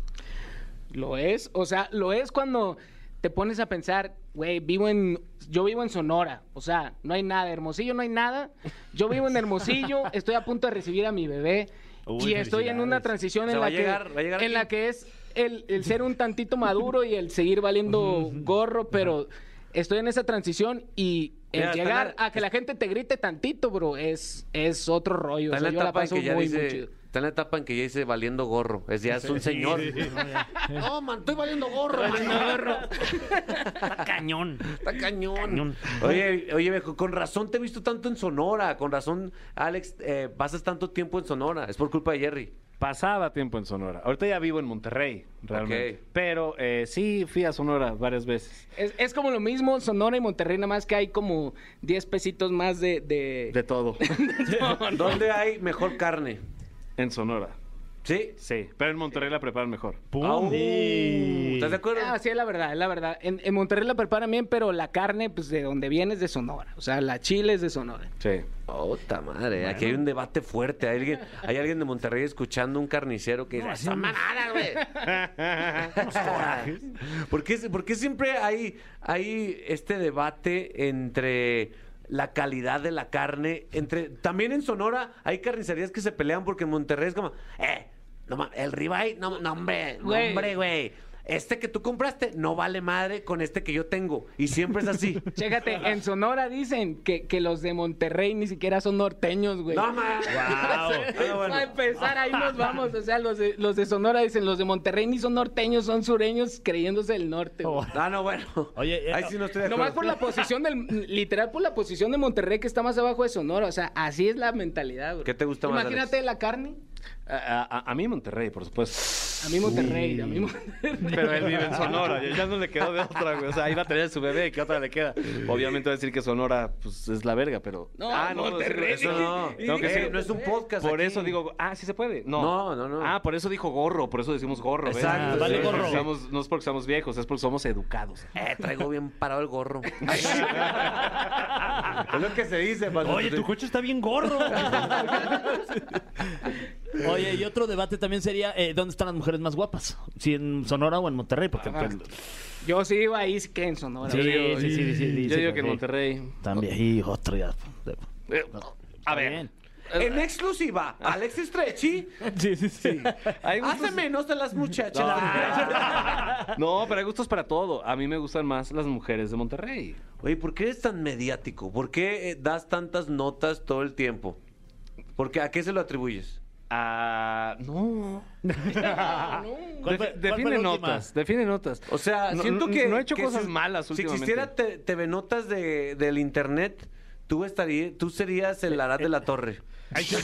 Speaker 8: Lo es, o sea, lo es cuando te pones a pensar, güey, vivo en, yo vivo en Sonora, o sea, no hay nada, Hermosillo no hay nada, yo vivo en
Speaker 2: *laughs*
Speaker 8: Hermosillo, estoy a punto de recibir a mi bebé
Speaker 4: Uy,
Speaker 8: y estoy en una
Speaker 4: felicidades.
Speaker 8: transición
Speaker 2: O sea,
Speaker 8: en
Speaker 2: va
Speaker 8: la
Speaker 2: a
Speaker 8: que,
Speaker 2: llegar- va a llegar
Speaker 8: en la
Speaker 2: aquí.
Speaker 8: que es el, el ser un tantito maduro y el seguir valiendo gorro, pero estoy en esa transición y el
Speaker 2: Mira, está
Speaker 8: llegar
Speaker 2: la-
Speaker 8: a que la gente te grite tantito, bro, es, es otro rollo, o
Speaker 2: Está en
Speaker 8: sea,
Speaker 2: la
Speaker 8: yo la
Speaker 2: etapa en
Speaker 8: paso
Speaker 2: que ya
Speaker 8: muy,
Speaker 2: dice-
Speaker 8: muy chido.
Speaker 2: está en la etapa en que ya dice valiendo gorro. Es ya es un señor. *laughs* No, man, estoy valiendo gorro. man. *laughs*
Speaker 4: Cañón.
Speaker 2: Está cañón.
Speaker 4: Cañón.
Speaker 2: Oye, oye, viejo, con razón te he visto tanto en Sonora. Con razón, Alex, eh, pasas tanto tiempo en Sonora. Es por culpa de Jerry.
Speaker 7: Pasaba tiempo en Sonora. Ahorita ya vivo en Monterrey, realmente.
Speaker 2: Ok.
Speaker 7: Pero eh, sí fui a Sonora varias veces.
Speaker 8: Es, es como lo mismo Sonora y Monterrey, nada más que hay como 10 pesitos más de... de- *laughs*
Speaker 7: De todo.
Speaker 2: *laughs* ¿Dónde hay mejor carne?
Speaker 7: en Sonora.
Speaker 2: ¿Sí?
Speaker 7: Sí. Pero en Monterrey la preparan mejor.
Speaker 2: Au.
Speaker 4: ¡Pum!
Speaker 2: ¿Estás de acuerdo?
Speaker 8: Ah, sí, es la verdad, es la verdad. En, en Monterrey la preparan bien, pero la carne, pues de donde viene es de Sonora. O sea, la chile es de Sonora.
Speaker 7: Sí.
Speaker 2: Ota madre, eh, aquí hay un debate fuerte. Hay alguien, hay alguien de Monterrey escuchando un carnicero que dice, "Esa mamada, güey". ¿Por qué, por qué siempre hay, hay este debate entre la calidad de la carne? Entre, también en Sonora hay carnicerías que se pelean porque en Monterrey es como, eh, no, ma- el ribeye, no, no hombre, no,
Speaker 8: Güey.
Speaker 2: hombre, güey. este que tú compraste no vale madre con este que yo tengo. Y siempre es así.
Speaker 8: Chécate,
Speaker 2: *laughs*
Speaker 8: en Sonora dicen que, que los de Monterrey ni siquiera son norteños, güey.
Speaker 2: No, ma. ah,
Speaker 8: Para empezar, ahí nos vamos. O sea, los de, los de Sonora dicen, los de Monterrey ni son norteños, son sureños creyéndose el norte. güey.
Speaker 2: Ah, no, bueno.
Speaker 4: Oye, eh,
Speaker 2: ahí sí no estoy de acuerdo.
Speaker 8: Nomás por la posición del, literal por la posición de Monterrey que está más abajo de Sonora. O sea, así es la mentalidad, güey.
Speaker 2: ¿Qué te gusta más,
Speaker 8: Imagínate la carne.
Speaker 7: A, a- a mí Monterrey, por supuesto.
Speaker 8: A mí Monterrey, a mí Monterrey.
Speaker 7: Pero él vive en Sonora, ya, ya no le *laughs* quedó de otra, güey. O sea, iba a tener su bebé, ¿qué otra le queda? Obviamente va a decir que Sonora, pues, es la verga, pero... Ah,
Speaker 8: No, Monterrey.
Speaker 7: Eso no, tengo que
Speaker 2: Eh,
Speaker 7: ser-
Speaker 2: no es un podcast.
Speaker 7: Por
Speaker 2: aquí.
Speaker 7: eso digo, ah, sí se puede. No.
Speaker 2: No, no, no.
Speaker 7: Ah, por eso dijo gorro, por eso decimos gorro. ¿ves?
Speaker 2: Exacto,
Speaker 7: Ah,
Speaker 2: vale
Speaker 7: sí,
Speaker 2: gorro.
Speaker 7: porque somos- no es porque somos viejos, es porque somos educados.
Speaker 2: Eh, traigo bien parado el gorro.
Speaker 7: *laughs* es lo que se dice,
Speaker 4: Oye, tu coche está bien *laughs* gorro.
Speaker 3: Oye, y otro debate también sería, eh, ¿dónde están las mujeres más guapas? Si en Sonora o en Monterrey, porque...
Speaker 4: pues,
Speaker 8: Yo sí iba ahí que en Sonora.
Speaker 3: Sí,
Speaker 7: digo-
Speaker 3: sí, sí, sí, sí,
Speaker 7: Yo
Speaker 3: sí,
Speaker 7: digo que en
Speaker 3: sí.
Speaker 7: Monterrey...
Speaker 3: También, y otro ya.
Speaker 7: Eh, a ver, *laughs*
Speaker 3: Bien.
Speaker 2: *laughs* en exclusiva, Alexis Trechi
Speaker 3: Sí, sí, sí.
Speaker 7: hay gustos-
Speaker 2: hace menos de las muchachas. *laughs*
Speaker 7: No, pero hay gustos para todo. A mí me gustan más las mujeres de Monterrey.
Speaker 2: Oye, ¿por qué eres tan mediático? ¿Por qué eh, das tantas notas todo el tiempo? ¿Por qué? ¿A qué se lo atribuyes?
Speaker 7: Ah, no.
Speaker 3: ¿Cuál fue- cuál
Speaker 7: Defi-
Speaker 3: fue la
Speaker 7: define
Speaker 3: última?
Speaker 7: notas, define notas.
Speaker 2: O sea,
Speaker 7: No,
Speaker 2: siento
Speaker 7: no-
Speaker 2: que...
Speaker 7: no he hecho
Speaker 2: que
Speaker 7: cosas
Speaker 2: si-
Speaker 7: malas
Speaker 2: Si
Speaker 7: últimamente.
Speaker 2: existiera
Speaker 7: *laughs*
Speaker 2: te- TV Notas de, del internet, tú, estaría, tú serías el Arad de la Torre.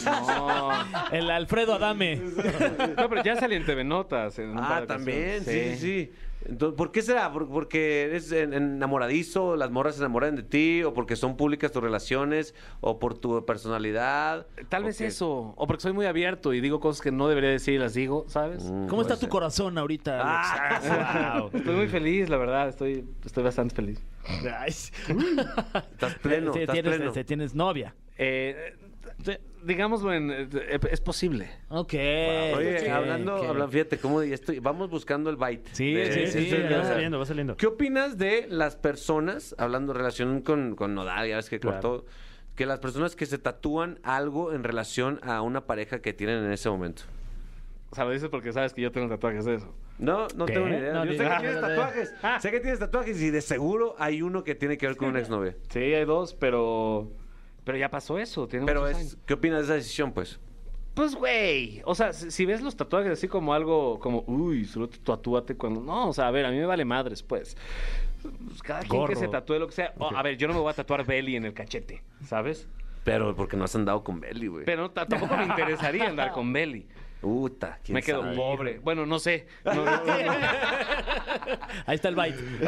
Speaker 7: No.
Speaker 3: El Alfredo
Speaker 7: *laughs*
Speaker 3: Adame.
Speaker 7: No, pero ya salí en TV Notas. en un par
Speaker 2: Ah,
Speaker 7: de
Speaker 2: también, sí, sí.
Speaker 7: ocasiones.
Speaker 2: sí. Entonces, ¿Por qué será? ¿Por- ¿Porque eres en- enamoradizo, las morras se enamoran de ti, o porque son públicas tus relaciones, o por tu personalidad?
Speaker 7: Tal
Speaker 2: ¿O
Speaker 7: vez
Speaker 2: qué?
Speaker 7: eso. O porque soy muy abierto y digo cosas que no debería decir y las digo, ¿sabes?
Speaker 2: Mm,
Speaker 3: ¿Cómo está tu corazón ahorita, Alex?
Speaker 7: Ah, *laughs* Estoy muy feliz, la verdad. Estoy, estoy bastante feliz.
Speaker 3: *laughs* Ay, sí.
Speaker 2: Estás pleno,
Speaker 3: Sí,
Speaker 2: estás
Speaker 3: tienes,
Speaker 2: pleno.
Speaker 3: este, tienes novia.
Speaker 7: Eh, eh, digámoslo en... eh, eh, Es posible.
Speaker 3: Ok.
Speaker 2: Oye,
Speaker 3: ok,
Speaker 2: hablando,
Speaker 3: ok.
Speaker 2: hablan- fíjate, cómo ya estoy, vamos buscando el bite.
Speaker 3: Sí,
Speaker 2: de-
Speaker 3: sí,
Speaker 2: de-
Speaker 3: sí,
Speaker 2: estoy
Speaker 3: ya
Speaker 2: viendo.
Speaker 3: va saliendo,
Speaker 4: va saliendo.
Speaker 2: ¿Qué opinas de las personas, hablando en relación con, con Nodal, ya ves que
Speaker 4: Claro.
Speaker 2: cortó, que las personas que se tatúan algo en relación a una pareja que tienen en ese momento?
Speaker 7: O sea, lo dices porque sabes que yo tengo tatuajes de eso.
Speaker 2: No, no
Speaker 3: ¿Qué?
Speaker 2: tengo ni idea.
Speaker 3: No, Ah.
Speaker 2: Yo
Speaker 3: ni
Speaker 2: sé
Speaker 3: idea.
Speaker 2: que tienes tatuajes. Sé que tienes tatuajes y de seguro hay uno que tiene que ver con una exnovia.
Speaker 7: Sí, hay dos, pero... Pero ya pasó eso. Tiene
Speaker 2: Pero
Speaker 7: muchos
Speaker 2: es,
Speaker 7: años.
Speaker 2: ¿qué opinas de esa decisión, pues?
Speaker 7: Pues, güey. O sea, si, si ves los tatuajes así como algo como, uy, solo te- tatúate cuando. No, o sea, a ver, a mí me vale madres, pues. Pues cada quien
Speaker 4: Gorro.
Speaker 7: que se tatúe lo que sea. O, a ver, yo no me voy a tatuar Belly en el cachete, ¿sabes?
Speaker 2: Pero porque no has andado con Belly, güey.
Speaker 7: Pero no, ta- tampoco me interesaría andar con Belly.
Speaker 2: Puta, quién
Speaker 7: Me quedo
Speaker 2: sabe.
Speaker 7: pobre. Bueno, no sé. No, no, no, no.
Speaker 3: Ahí está el bite.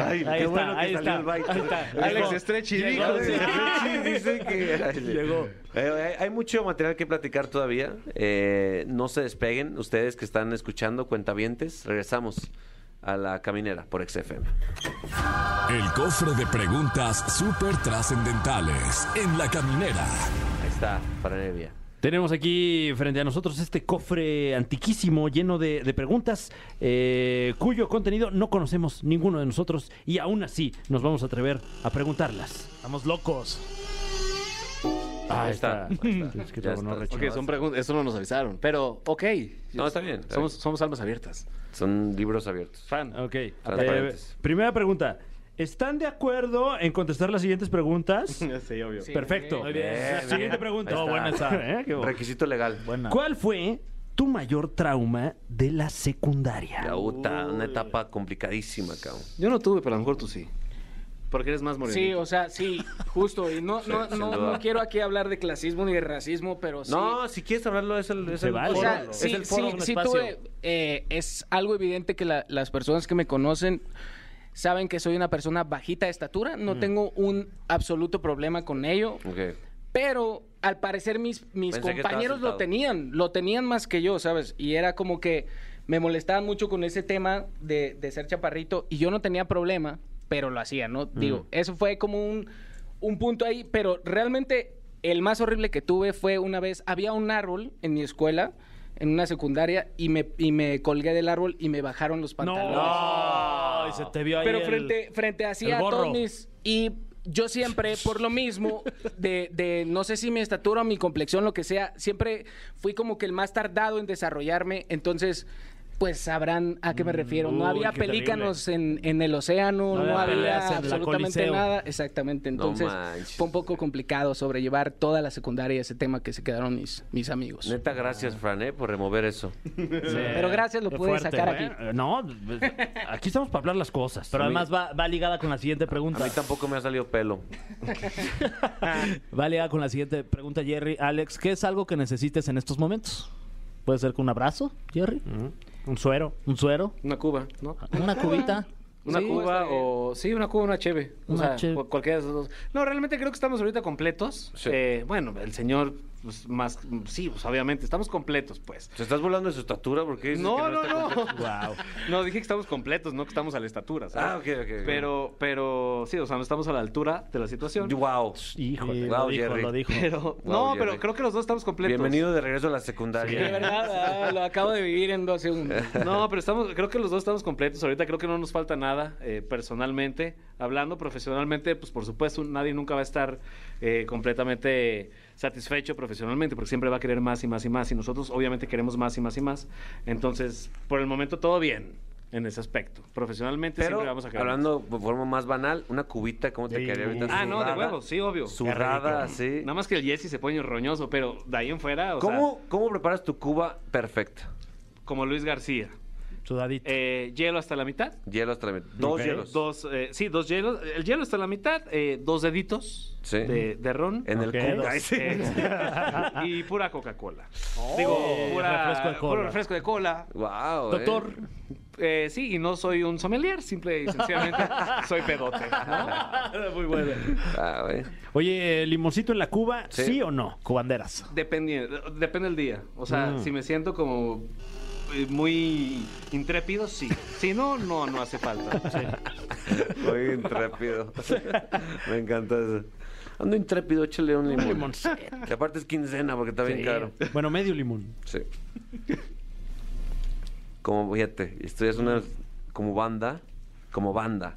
Speaker 2: Ay,
Speaker 3: ahí
Speaker 2: qué
Speaker 3: está,
Speaker 2: bueno que
Speaker 3: ahí
Speaker 2: salió
Speaker 3: está.
Speaker 2: el bite.
Speaker 3: ahí está.
Speaker 7: Alex
Speaker 3: Llegó.
Speaker 7: Estrechi
Speaker 3: Llegó,
Speaker 7: dijo.
Speaker 3: sí.
Speaker 2: *laughs* Sí,
Speaker 7: *laughs*
Speaker 2: dicen que-
Speaker 3: Llegó.
Speaker 2: Eh, hay, hay mucho material que platicar todavía. Eh, no se despeguen. Ustedes que están escuchando, cuentavientes, regresamos a la caminera por XFM.
Speaker 1: El cofre de preguntas súper trascendentales en la caminera.
Speaker 2: Ahí está, para Nevia.
Speaker 4: Tenemos aquí frente a nosotros este cofre antiquísimo lleno de, de preguntas eh, cuyo contenido no conocemos ninguno de nosotros y aún así nos vamos a atrever a preguntarlas. Ah,
Speaker 3: Estamos locos.
Speaker 2: Ahí está. ahí está.
Speaker 4: Es que
Speaker 2: Ya
Speaker 4: todo no
Speaker 2: está.
Speaker 4: rechazo.
Speaker 7: Ok, son preguntas. Eso no nos avisaron. Pero, ok.
Speaker 2: No, está bien, está
Speaker 7: Somos, somos almas abiertas.
Speaker 2: Son libros abiertos.
Speaker 7: Fan.
Speaker 4: Ok.
Speaker 3: *laughs*
Speaker 2: Transparentes.
Speaker 4: Eh, primera pregunta. ¿Están de acuerdo en contestar las siguientes preguntas?
Speaker 7: Sí, obvio.
Speaker 4: Perfecto.
Speaker 8: Muy
Speaker 2: bien.
Speaker 4: La siguiente pregunta.
Speaker 2: Ahí está.
Speaker 4: Oh, buena
Speaker 2: *laughs*
Speaker 4: esa. ¿Eh? Qué bueno.
Speaker 2: Requisito legal.
Speaker 3: Buena.
Speaker 4: ¿Cuál fue tu mayor trauma de la secundaria?
Speaker 2: La UTA, una etapa complicadísima, cabrón.
Speaker 7: Yo no tuve, pero a lo mejor tú sí. Porque eres más morenito.
Speaker 8: Sí, o sea, sí, justo. Y no, no,
Speaker 2: sin
Speaker 8: no,
Speaker 2: duda.
Speaker 8: no quiero aquí hablar de clasismo ni de racismo, pero sí.
Speaker 2: No, si quieres hablarlo, es el, es
Speaker 4: Se
Speaker 2: el
Speaker 4: vale.
Speaker 8: O
Speaker 2: foro.
Speaker 8: sea,
Speaker 4: Fórmalo.
Speaker 8: sí,
Speaker 4: Es el
Speaker 8: sí,
Speaker 4: foro, un
Speaker 8: sí
Speaker 4: espacio.
Speaker 8: tuve, eh, es algo evidente que la- las personas que me conocen saben que soy una persona bajita de estatura, no
Speaker 4: Mm.
Speaker 8: tengo un absoluto problema con ello,
Speaker 2: Ok.
Speaker 8: pero al parecer mis,
Speaker 2: Pensé
Speaker 8: mis
Speaker 2: que estabas
Speaker 8: compañeros lo
Speaker 2: sentado.
Speaker 8: tenían, lo tenían más que yo, ¿sabes? Y era como que me molestaban mucho con ese tema de, de ser chaparrito y yo no tenía problema, pero lo hacía, ¿no? Digo, eso fue como un, un punto ahí, pero realmente el más horrible que tuve fue una vez, había un árbol en mi escuela, en una secundaria, y me, y me colgué del árbol y me bajaron los pantalones.
Speaker 3: No. Y se te vio ahí
Speaker 8: Pero
Speaker 3: el-
Speaker 8: frente, frente así
Speaker 3: el
Speaker 8: a
Speaker 3: gorro.
Speaker 8: todos mis- Y yo siempre, por lo mismo, de, de no sé si mi estatura o mi complexión, lo que sea, siempre fui como que el más tardado en desarrollarme. Entonces, pues sabrán a qué me refiero. No
Speaker 4: uy,
Speaker 8: había
Speaker 4: qué terrible.
Speaker 8: pelícanos en, en el océano,
Speaker 3: No
Speaker 8: no,
Speaker 3: había peleas en
Speaker 8: había
Speaker 3: la
Speaker 8: absolutamente
Speaker 3: Coliseo.
Speaker 8: nada. Exactamente,
Speaker 2: No
Speaker 8: entonces
Speaker 2: manches.
Speaker 8: fue un poco complicado sobrellevar toda la secundaria ese tema que se quedaron mis, mis
Speaker 7: Pues,
Speaker 8: amigos.
Speaker 2: Neta, gracias, Fran, eh, por remover eso.
Speaker 8: Pero gracias, lo
Speaker 3: Qué
Speaker 8: pude
Speaker 3: fuerte.
Speaker 8: sacar aquí.
Speaker 4: Eh, No, pues, aquí estamos para hablar las cosas.
Speaker 3: Pero
Speaker 4: A mí-
Speaker 3: además va, va ligada con la siguiente
Speaker 2: A
Speaker 7: *laughs*
Speaker 3: pregunta.
Speaker 2: mí tampoco me ha salido pelo.
Speaker 3: Va ligada con la siguiente pregunta, Jerry. Alex, ¿qué es algo que necesites en estos momentos? Puede ser con un abrazo, Jerry.
Speaker 4: ¿Mm? un suero.
Speaker 3: Un suero.
Speaker 7: Una cuba, ¿no?
Speaker 3: Una cubita.
Speaker 7: Una
Speaker 8: Sí, este, está
Speaker 7: cuba
Speaker 8: bien.
Speaker 7: o... Sí, una cuba, una cheve. o
Speaker 3: Una
Speaker 7: sea,
Speaker 3: cheve.
Speaker 7: cu- cualquiera de esos dos. No, realmente creo que estamos ahorita completos.
Speaker 2: Sí.
Speaker 7: Eh, bueno, el señor, pues, más... Sí, pues, obviamente, estamos completos, pues.
Speaker 2: ¿Te estás volando de su estatura? Porque dices
Speaker 7: No,
Speaker 2: que
Speaker 7: no,
Speaker 2: está
Speaker 7: no.
Speaker 2: completo?
Speaker 7: *laughs*
Speaker 3: Wow.
Speaker 7: No, dije que estamos completos, no que estamos a la estatura, ¿sabes?
Speaker 2: Ah, ok, ok, ok.
Speaker 7: Pero, pero sí, o sea, no estamos a la altura de la situación.
Speaker 2: Wow.
Speaker 3: Híjole,
Speaker 2: Wow,
Speaker 3: lo dijo,
Speaker 2: Jerry.
Speaker 3: lo dijo.
Speaker 7: Pero, no,
Speaker 2: Jerry.
Speaker 7: pero creo que los dos estamos completos.
Speaker 2: Bienvenido de regreso a la
Speaker 8: De
Speaker 2: secundaria.
Speaker 8: verdad, ah, lo acabo de vivir en dos segundos.
Speaker 7: No, pero estamos, creo que los dos estamos completos. Ahorita creo que no nos falta nada eh, personalmente. Hablando profesionalmente, pues por supuesto, nadie nunca va a estar eh, completamente satisfecho profesionalmente, porque siempre va a querer más y más y más. Y nosotros obviamente queremos más y más y más. Entonces, por el momento todo bien en ese aspecto. Profesionalmente
Speaker 2: Pero
Speaker 7: Este siempre vamos a querer.
Speaker 2: hablando de forma más banal, una cubita, ¿cómo te
Speaker 3: Sí.
Speaker 2: quedaría ahorita?
Speaker 7: más. Ah, no, de
Speaker 2: Zurrada,
Speaker 7: huevos, sí, obvio.
Speaker 2: Zurrada, así.
Speaker 7: Nada más que el Jesse se pone roñoso, pero de ahí en fuera, o sea,
Speaker 2: ¿Cómo, ¿Cómo preparas tu cuba perfecta?
Speaker 7: como Luis García.
Speaker 3: Sudadito.
Speaker 7: Eh, hielo hasta la mitad.
Speaker 2: Hielo hasta la mitad. Dos
Speaker 3: Ok.
Speaker 2: hielos.
Speaker 7: Dos, eh, sí, dos hielos. El hielo está a la mitad, eh, dos deditos
Speaker 2: Sí.
Speaker 7: de, de ron.
Speaker 2: En
Speaker 3: Ok,
Speaker 2: el
Speaker 3: dos.
Speaker 2: cuba.
Speaker 7: Eh, *laughs* y pura Coca-Cola. Digo, pura,
Speaker 3: Oh. refresco de cola.
Speaker 7: puro refresco de cola.
Speaker 2: Wow.
Speaker 3: Doctor,
Speaker 7: Eh, sí, y no soy un sommelier, simple y
Speaker 3: *laughs*
Speaker 7: sencillamente soy pedote. ¿no?
Speaker 3: muy bueno.
Speaker 2: Ah, eh.
Speaker 4: Oye, eh, limoncito en la cuba, sí,
Speaker 2: Sí.
Speaker 4: o no.
Speaker 3: Cubanderas.
Speaker 7: Depende, depende del día. O sea,
Speaker 2: Mm.
Speaker 7: si me siento como eh, muy intrépido, sí. Si no, no, no hace falta.
Speaker 2: *laughs* Muy intrépido. Me encanta eso. Ando intrépido, échale un limón. Que aparte es quincena porque está bien caro.
Speaker 4: Bueno, medio limón.
Speaker 2: Sí. Como, fíjate, esto ya es una. Como banda. Como banda.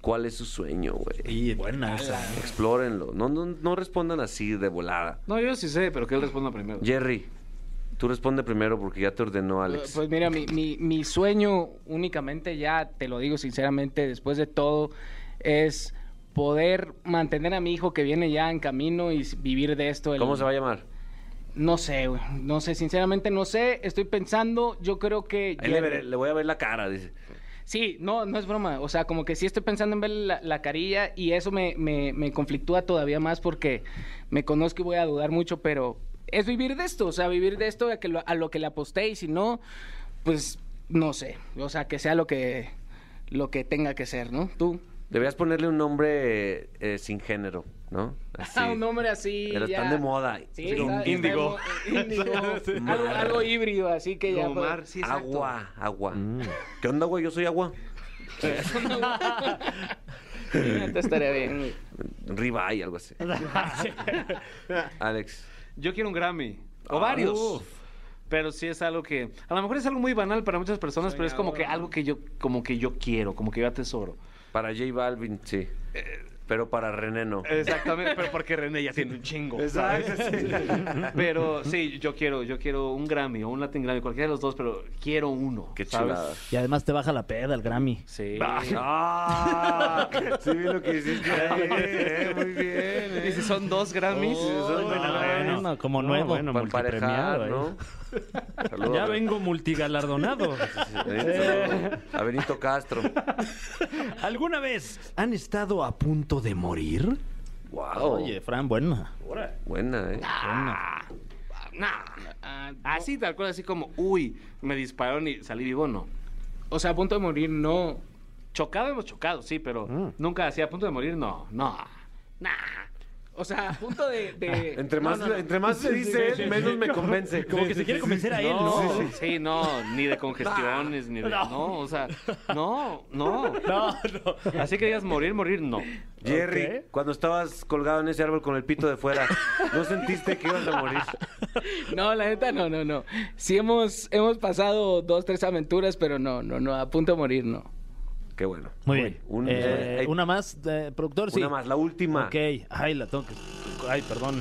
Speaker 2: ¿Cuál es su sueño, güey?
Speaker 3: Y buena esa.
Speaker 2: Explórenlo. No, no, no respondan así de volada.
Speaker 7: No, yo sí sé, pero que él responda primero.
Speaker 2: Jerry, tú responde primero porque ya te ordenó Alex.
Speaker 8: Pues mira, mi, mi- mi sueño únicamente, ya te lo digo sinceramente, después de todo, es poder mantener a mi hijo que viene ya en camino y s- vivir de esto. pues, el-
Speaker 2: ¿Cómo se va a llamar?
Speaker 8: No sé, güey, no sé, sinceramente no sé, estoy pensando, yo creo que...
Speaker 2: Ahí le, veré- le voy a ver la cara, dice.
Speaker 8: Sí, no, no es broma. O sea, como que sí estoy pensando en ver la, la carilla y eso me, me, me conflictúa todavía más porque me conozco y voy a dudar mucho, pero es vivir de esto, o sea, vivir de esto, a, que lo, a lo que le aposté y si no, pues no sé. O sea, que sea lo que, lo que tenga que ser, ¿no? Tú.
Speaker 2: Deberías ponerle un nombre eh, eh, sin género, *laughs* ¿no? Así.
Speaker 8: Ah, un nombre así.
Speaker 2: Pero
Speaker 8: ya.
Speaker 2: están de moda.
Speaker 8: Sí,
Speaker 2: Así como
Speaker 8: está- está
Speaker 7: índigo.
Speaker 8: de mo- índigo. algo, algo híbrido, así que ya.
Speaker 7: Como
Speaker 8: pues,
Speaker 7: Mar, sí, exacto.
Speaker 2: agua, agua.
Speaker 4: Mm.
Speaker 2: ¿Qué onda, güey? Yo soy agua.
Speaker 8: Entonces pues, estaría bien. güey.
Speaker 2: Ribeye, algo *laughs* así. Alex.
Speaker 7: Yo quiero un Grammy. O
Speaker 2: Ah,
Speaker 7: varios.
Speaker 2: uf.
Speaker 7: Pero sí es algo que. A lo mejor es algo muy banal para muchas personas, pero es como que algo que yo, como que yo quiero, como que yo atesoro.
Speaker 2: Para J Balvin, sí. Pero para René no.
Speaker 7: Exactamente, pero porque René ya tiene un chingo. Exacto. Pero sí, yo quiero, yo quiero un Grammy o un Latin Grammy, cualquiera de los dos, pero quiero uno.
Speaker 2: Qué
Speaker 7: ¿sabes?
Speaker 2: chulada.
Speaker 3: Y además te baja la peda el Grammy.
Speaker 7: Sí.
Speaker 2: *laughs* ¡Ah! Sí vi lo que hiciste
Speaker 7: *laughs*
Speaker 2: ahí, eh, Muy bien.
Speaker 7: Y si son dos Grammys.
Speaker 2: son
Speaker 7: no,
Speaker 2: dos.
Speaker 7: Oh, bueno.
Speaker 3: Bueno, como nuevo.
Speaker 4: bueno,
Speaker 2: Para emparejar,
Speaker 4: multipremiado,
Speaker 2: ¿no? Saludos
Speaker 4: Ya
Speaker 2: a-
Speaker 4: vengo
Speaker 3: *laughs*
Speaker 4: multigalardonado.
Speaker 2: a Benito- A Benito *laughs* Castro.
Speaker 4: ¿Alguna
Speaker 8: *laughs*
Speaker 4: vez han estado a punto de morir?
Speaker 2: Wow.
Speaker 3: Oye, Fran, buena.
Speaker 2: Buena, ¿eh?
Speaker 7: Nah.
Speaker 8: Ah,
Speaker 7: Así tal cual, así como, uy, me dispararon y salí vivo, no.
Speaker 8: O sea, a punto de morir, no.
Speaker 7: Chocado hemos chocado, sí, pero nunca así a punto de morir, no, no, nah.
Speaker 8: O sea, a punto de. de-
Speaker 2: Entre más, entre más se dice él, menos me convence.
Speaker 4: Como que se quiere convencer a él,
Speaker 7: No,
Speaker 4: ¿no?
Speaker 7: sí, no, ni de congestiones, ni de. No. o sea, no, no.
Speaker 3: No, no.
Speaker 7: Así que digas morir, morir, no.
Speaker 2: Jerry, cuando estabas colgado en ese árbol con el pito de fuera, ¿no sentiste que ibas a morir?
Speaker 8: *laughs* No, la neta, no, no, no. Sí hemos, hemos pasado dos, tres aventuras, pero no, no, no, a punto de morir, no.
Speaker 2: Qué bueno.
Speaker 3: Muy bien.
Speaker 2: Un-
Speaker 3: Eh,
Speaker 2: eh,
Speaker 3: una más, eh, productor, sí.
Speaker 2: Una más, la última.
Speaker 3: Ok. Ay, la tengo que... Ay, perdón.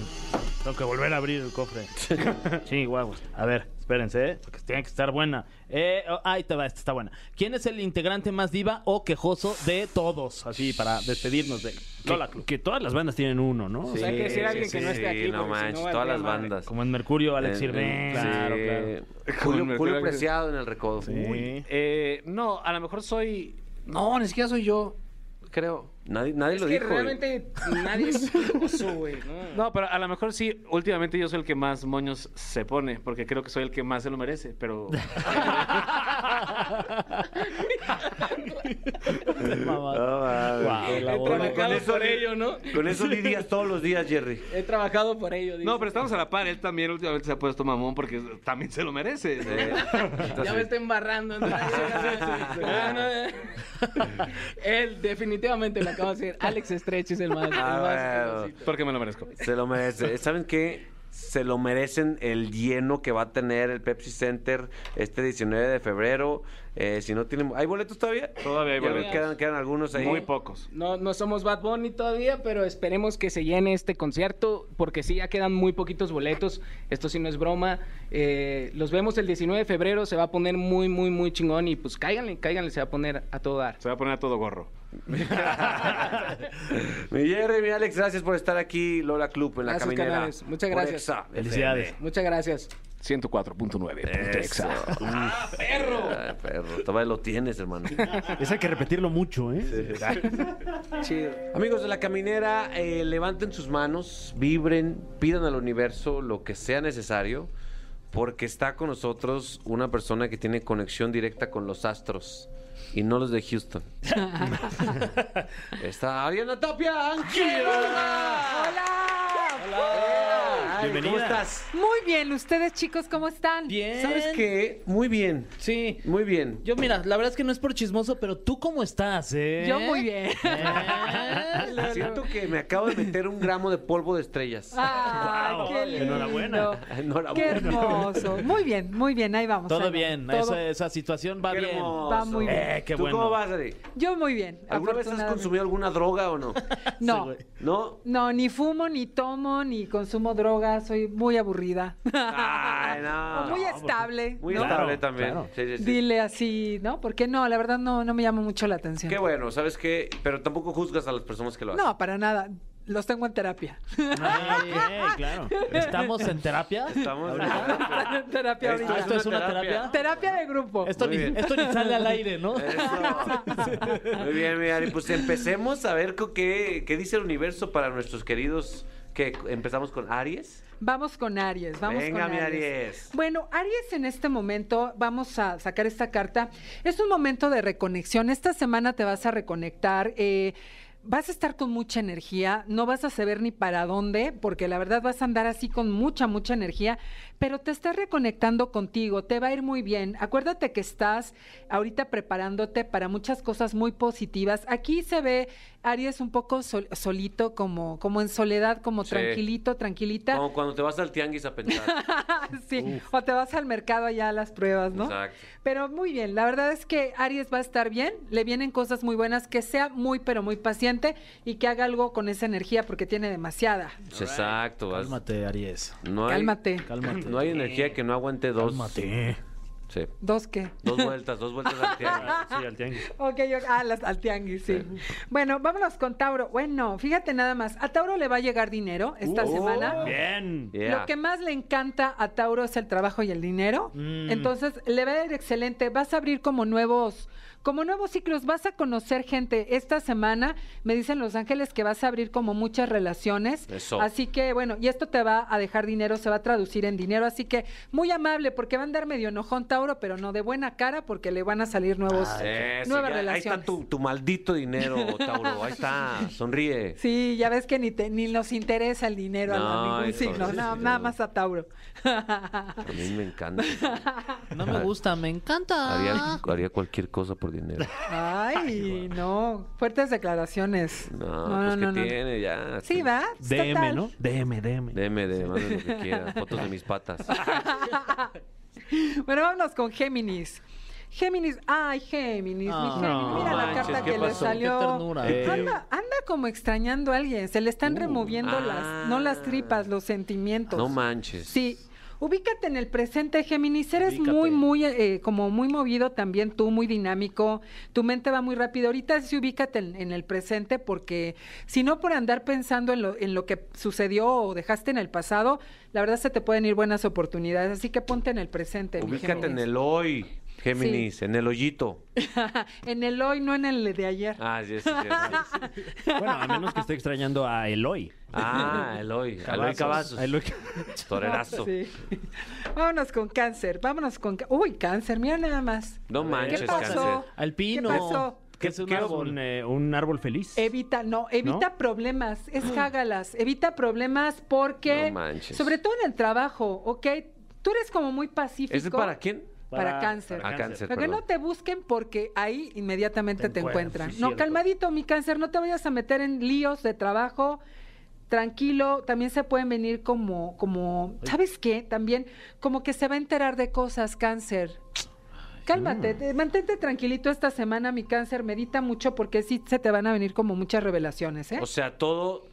Speaker 3: Tengo que volver a abrir el cofre. *laughs* sí, guau. A ver, espérense, ¿eh? porque tiene que estar buena. Eh, oh, ahí te va, esta está buena. ¿Quién es el integrante más diva o quejoso de todos? Así, para despedirnos de Lola
Speaker 4: Que,
Speaker 3: Club.
Speaker 4: que todas las bandas tienen uno, ¿no?
Speaker 8: O sea, hay que decir a alguien que no esté aquí,
Speaker 2: no
Speaker 8: porque si no
Speaker 2: manches,
Speaker 8: va a
Speaker 2: todas las
Speaker 8: tirar madre.
Speaker 2: bandas.
Speaker 3: Como en Mercurio, Alex Sirven. Claro, claro.
Speaker 2: claro.
Speaker 7: Como en
Speaker 2: Julio,
Speaker 7: Mercurio,
Speaker 2: Julio
Speaker 7: Alex-
Speaker 2: Preciado en el recodo. Uy.
Speaker 7: Eh, no, a lo mejor soy. No, ni siquiera soy yo. Creo.
Speaker 2: Nadie, nadie
Speaker 8: Es
Speaker 2: lo
Speaker 8: que
Speaker 2: dijo. güey.
Speaker 8: realmente nadie es famoso, güey. No.
Speaker 7: No, pero a lo mejor sí, últimamente yo soy el que más moños se pone, porque creo que soy el que más se lo merece,
Speaker 8: *laughs*
Speaker 7: pero...
Speaker 3: *laughs*
Speaker 2: No, mames.
Speaker 3: Guau, la
Speaker 8: He
Speaker 3: bola.
Speaker 8: trabajado
Speaker 2: Con eso
Speaker 8: por
Speaker 2: le-
Speaker 8: ello, ¿no?
Speaker 2: Con eso lidias todos los días,
Speaker 8: *laughs*
Speaker 2: Jerry.
Speaker 8: He trabajado por ello. dice.
Speaker 7: No, pero estamos a la par, él también últimamente se ha puesto mamón porque *laughs* también se lo merece. ¿no?
Speaker 2: Eh,
Speaker 8: Ya me
Speaker 2: entonces,
Speaker 8: está embarrando.
Speaker 2: *laughs*
Speaker 8: ¿no? Ah, no, eh. Él definitivamente lo acaba de decir. Alex Stretch es el más. el
Speaker 2: Ah,
Speaker 8: más
Speaker 2: bueno.
Speaker 8: famosito.
Speaker 7: Porque me lo merezco.
Speaker 2: se lo merece. Eh, ¿Saben qué? Se lo merecen el lleno que va a tener el Pepsi Center este 19 de febrero. Eh, si no tienen... ¿Hay boletos todavía?
Speaker 7: Todavía hay
Speaker 2: Ya ven,
Speaker 7: boletos.
Speaker 2: Quedan, quedan algunos ahí.
Speaker 7: Muy pocos.
Speaker 8: No, no somos Bad Bunny todavía, pero esperemos que se llene este concierto, porque sí, ya quedan muy poquitos boletos. Esto sí no es broma. Eh, los vemos el 19 de febrero, se va a poner muy, muy, muy chingón. Y pues cáiganle, cáiganle, se va a poner a todo dar.
Speaker 7: Se va a poner a todo *laughs* gorro.
Speaker 2: mi Jerry, mi Alex, gracias por estar aquí, Lola Club, en la
Speaker 8: Gracias,
Speaker 2: caminera.
Speaker 8: canales. Muchas gracias.
Speaker 2: Por Exa
Speaker 3: Felicidades.
Speaker 8: Muchas gracias.
Speaker 7: 104.9.
Speaker 2: FM. Eso. ¡Ah, perro! perro. Todavía lo tienes, hermano.
Speaker 4: Esa hay que repetirlo mucho, ¿eh?
Speaker 8: Chido.
Speaker 2: Amigos de la caminera, eh, levanten sus manos, vibren, pidan al universo lo que sea necesario, porque está con nosotros una persona que tiene conexión directa con los astros y no los de Houston. está Ariana Tapia. Hola. Bienvenida. ¿Cómo estás?
Speaker 9: Muy bien, ustedes chicos, ¿cómo están?
Speaker 3: Bien.
Speaker 2: ¿Sabes qué? Muy bien,
Speaker 3: Sí.
Speaker 2: muy bien.
Speaker 3: Yo, mira, la verdad es que no es por chismoso, pero tú cómo estás, ¿eh?
Speaker 9: Yo muy bien. *laughs*
Speaker 3: Eh, Lola.
Speaker 2: Siento que me acabo de meter un gramo de polvo de estrellas.
Speaker 9: Ay,
Speaker 3: Guau,
Speaker 9: qué lindo.
Speaker 3: enhorabuena.
Speaker 2: *laughs* Enhorabuena.
Speaker 9: Ah. Qué hermoso. Muy bien, muy bien, ahí vamos. ahí
Speaker 3: Todo
Speaker 9: vamos.
Speaker 3: bien,
Speaker 9: Todo-
Speaker 3: Esa, esa situación va
Speaker 2: Qué
Speaker 3: bien.
Speaker 2: hermoso.
Speaker 9: Va muy bien.
Speaker 3: Eh, qué
Speaker 2: ¿Tú
Speaker 3: bueno.
Speaker 2: cómo vas, Ari?
Speaker 9: Yo muy bien.
Speaker 2: ¿Alguna vez has
Speaker 9: afortunadamente.
Speaker 2: consumido alguna droga
Speaker 9: *laughs*
Speaker 2: o no?
Speaker 3: Sí,
Speaker 9: No.
Speaker 3: güey.
Speaker 2: ¿No?
Speaker 9: No, ni fumo, ni tomo, ni consumo drogas, soy muy aburrida. *laughs*
Speaker 2: Ay, Ah, no.
Speaker 9: O muy
Speaker 2: No,
Speaker 9: estable.
Speaker 2: Muy
Speaker 9: ¿no?
Speaker 2: estable también.
Speaker 4: claro.
Speaker 2: Sí, sí, sí.
Speaker 9: Dile así, ¿no? Porque no, la verdad no, no me llama mucho la atención.
Speaker 2: Qué bueno, ¿sabes qué? Pero tampoco juzgas a las personas que lo hacen.
Speaker 9: No, para nada. Los tengo en terapia. *laughs*
Speaker 3: Ah, ok,
Speaker 2: *laughs*
Speaker 3: claro. ¿Estamos en terapia?
Speaker 9: *laughs*
Speaker 2: Estamos...
Speaker 9: En terapia
Speaker 2: Esto
Speaker 9: ahorita.
Speaker 3: ¿Esto es una terapia?
Speaker 9: Terapia de grupo.
Speaker 3: Esto
Speaker 2: Muy
Speaker 3: ni,
Speaker 2: bien.
Speaker 3: esto ni sale al aire, ¿no?
Speaker 2: Eso. Muy bien, mi Ari. Pues empecemos a ver con qué, qué dice el universo para nuestros queridos... que ¿Empezamos con Aries?
Speaker 9: Vamos con Aries, vamos
Speaker 2: Venga,
Speaker 9: con
Speaker 2: mi
Speaker 9: Aries.
Speaker 2: Aries.
Speaker 9: Bueno, Aries en este momento, vamos a sacar esta carta. Es un momento de reconexión. Esta semana te vas a reconectar. eh, Vas a estar con mucha energía, no vas a saber ni para dónde, porque la verdad vas a andar así con mucha, mucha energía, pero te estás reconectando contigo, te va a ir muy bien. Acuérdate que estás ahorita preparándote para muchas cosas muy positivas. Aquí se ve Aries un poco sol- solito, como, como en soledad, como
Speaker 2: Sí.
Speaker 9: tranquilito, tranquilita.
Speaker 2: Como cuando te vas al tianguis a pensar.
Speaker 9: sí, o te vas al mercado allá a las pruebas, *laughs* ¿no?
Speaker 2: Exacto.
Speaker 9: Pero muy bien, la verdad es que Aries va a estar bien, le vienen cosas muy buenas, que sea muy, pero muy paciente y que haga algo con esa energía porque tiene demasiada.
Speaker 2: Exacto. vas-
Speaker 3: Cálmate, Aries.
Speaker 2: No hay-
Speaker 9: Cálmate.
Speaker 3: Cálmate.
Speaker 2: No hay energía que no aguante dos.
Speaker 3: Cálmate.
Speaker 2: Sí.
Speaker 9: ¿Dos qué?
Speaker 2: Dos vueltas, dos vueltas al tianguis.
Speaker 4: Sí, al tianguis.
Speaker 9: Ok, yo, ah, las, al tianguis, sí. Bueno, vámonos con Tauro. Bueno, fíjate nada más, a Tauro le va a llegar dinero esta
Speaker 4: Oh,
Speaker 9: semana.
Speaker 4: Bien.
Speaker 2: Yeah.
Speaker 9: *laughs* Lo que más le encanta a Tauro es el trabajo y el dinero.
Speaker 3: Mm.
Speaker 9: Entonces, le va a ir excelente. Vas a abrir como nuevos, como nuevos ciclos. Vas a conocer gente. Esta semana me dicen Los Ángeles que vas a abrir como muchas relaciones.
Speaker 2: Eso.
Speaker 9: Así que, bueno, y esto te va a dejar dinero, se va a traducir en dinero. Así que, muy amable, porque va a andar medio enojón Tauro, pero no de buena cara, porque le van a salir
Speaker 2: Ah.
Speaker 9: nuevos,
Speaker 2: Eso,
Speaker 9: nuevas
Speaker 2: ya. Ahí está
Speaker 9: relaciones.
Speaker 2: tu, tu maldito dinero, Tauro. Ahí está. Sonríe.
Speaker 9: Sí, ya ves que ni, te- ni nos interesa el dinero
Speaker 2: No,
Speaker 9: a ningún
Speaker 2: hijo,
Speaker 9: signo,
Speaker 2: sí,
Speaker 9: nada-
Speaker 2: sí,
Speaker 9: nada
Speaker 2: no.
Speaker 9: más a Tauro. *laughs*
Speaker 2: A mí me encanta.
Speaker 3: No me gusta, me encanta.
Speaker 2: Haría, haría cualquier cosa por dinero.
Speaker 9: Ay, no. Fuertes declaraciones.
Speaker 2: No, pues que tiene pues, ya.
Speaker 9: Sí, va.
Speaker 4: DM, ¿no? DM, DM.
Speaker 2: Deme, de mande lo
Speaker 9: *laughs*
Speaker 2: que quiera. Fotos de mis patas.
Speaker 9: Bueno, vámonos con Géminis. Géminis, ay, Géminis, mi
Speaker 3: Ah,
Speaker 9: Géminis,
Speaker 3: no
Speaker 9: mira la
Speaker 2: manches,
Speaker 9: carta
Speaker 2: ¿qué
Speaker 9: que le
Speaker 2: pasó? Qué
Speaker 9: salió.
Speaker 3: ternura.
Speaker 9: Eh, Anda, anda como extrañando a alguien, se le están
Speaker 2: Uh,
Speaker 9: removiendo
Speaker 2: ah.
Speaker 9: las, no las tripas, los sentimientos.
Speaker 2: No manches.
Speaker 9: Sí. Ubícate en el presente, Géminis. Eres
Speaker 3: Ubícate.
Speaker 9: muy, muy, eh, como muy movido también tú, muy dinámico. Tu mente va muy rápido. Ahorita sí ubícate en, en el presente porque si no por andar pensando en lo, en lo que sucedió o dejaste en el pasado, la verdad se te pueden ir buenas oportunidades. Así que ponte en el presente. mi
Speaker 2: Ubícate en
Speaker 9: Géminis.
Speaker 2: el hoy, Géminis, en el hoyito.
Speaker 9: *laughs* en el hoy, no en el de ayer.
Speaker 2: Ah, sí,
Speaker 9: *laughs*
Speaker 2: sí, sí, sí.
Speaker 4: *laughs* Bueno, a menos que esté extrañando a Eloy.
Speaker 2: Ah, el hoy. Eloy Cavazos.
Speaker 4: A Eloy-
Speaker 2: Torerazo.
Speaker 9: Sí. *laughs* Vámonos con cáncer. Vámonos con. ca- Uy, cáncer. Mira nada más.
Speaker 2: No manches,
Speaker 9: ¿Qué pasó?
Speaker 2: cáncer.
Speaker 3: Al pino.
Speaker 9: ¿Qué pasó?
Speaker 4: ¿Qué,
Speaker 3: Es un
Speaker 4: qué es
Speaker 3: árbol.
Speaker 4: un, eh, un árbol feliz?
Speaker 9: Evita, no, evita problemas, es cágalas, evita problemas porque,
Speaker 2: Ah. No manches.
Speaker 9: sobre todo en el trabajo, ¿ok? Tú eres como muy pacífico.
Speaker 2: ¿Es para quién?
Speaker 9: Para, cáncer.
Speaker 2: para cáncer.
Speaker 9: Pero que
Speaker 2: perdón.
Speaker 9: no te busquen porque ahí inmediatamente
Speaker 3: Te
Speaker 9: te encuentran.
Speaker 3: encuentran, sí,
Speaker 9: no,
Speaker 3: cierto.
Speaker 9: calmadito, mi cáncer, no te vayas a meter en líos de trabajo. Tranquilo, también se pueden venir como, como, ¿sabes qué? También como que se va a enterar de cosas, cáncer. Cálmate, te- mantente tranquilito esta semana, mi cáncer, medita mucho porque sí se te van a venir como muchas revelaciones, ¿eh?
Speaker 2: O sea, todo,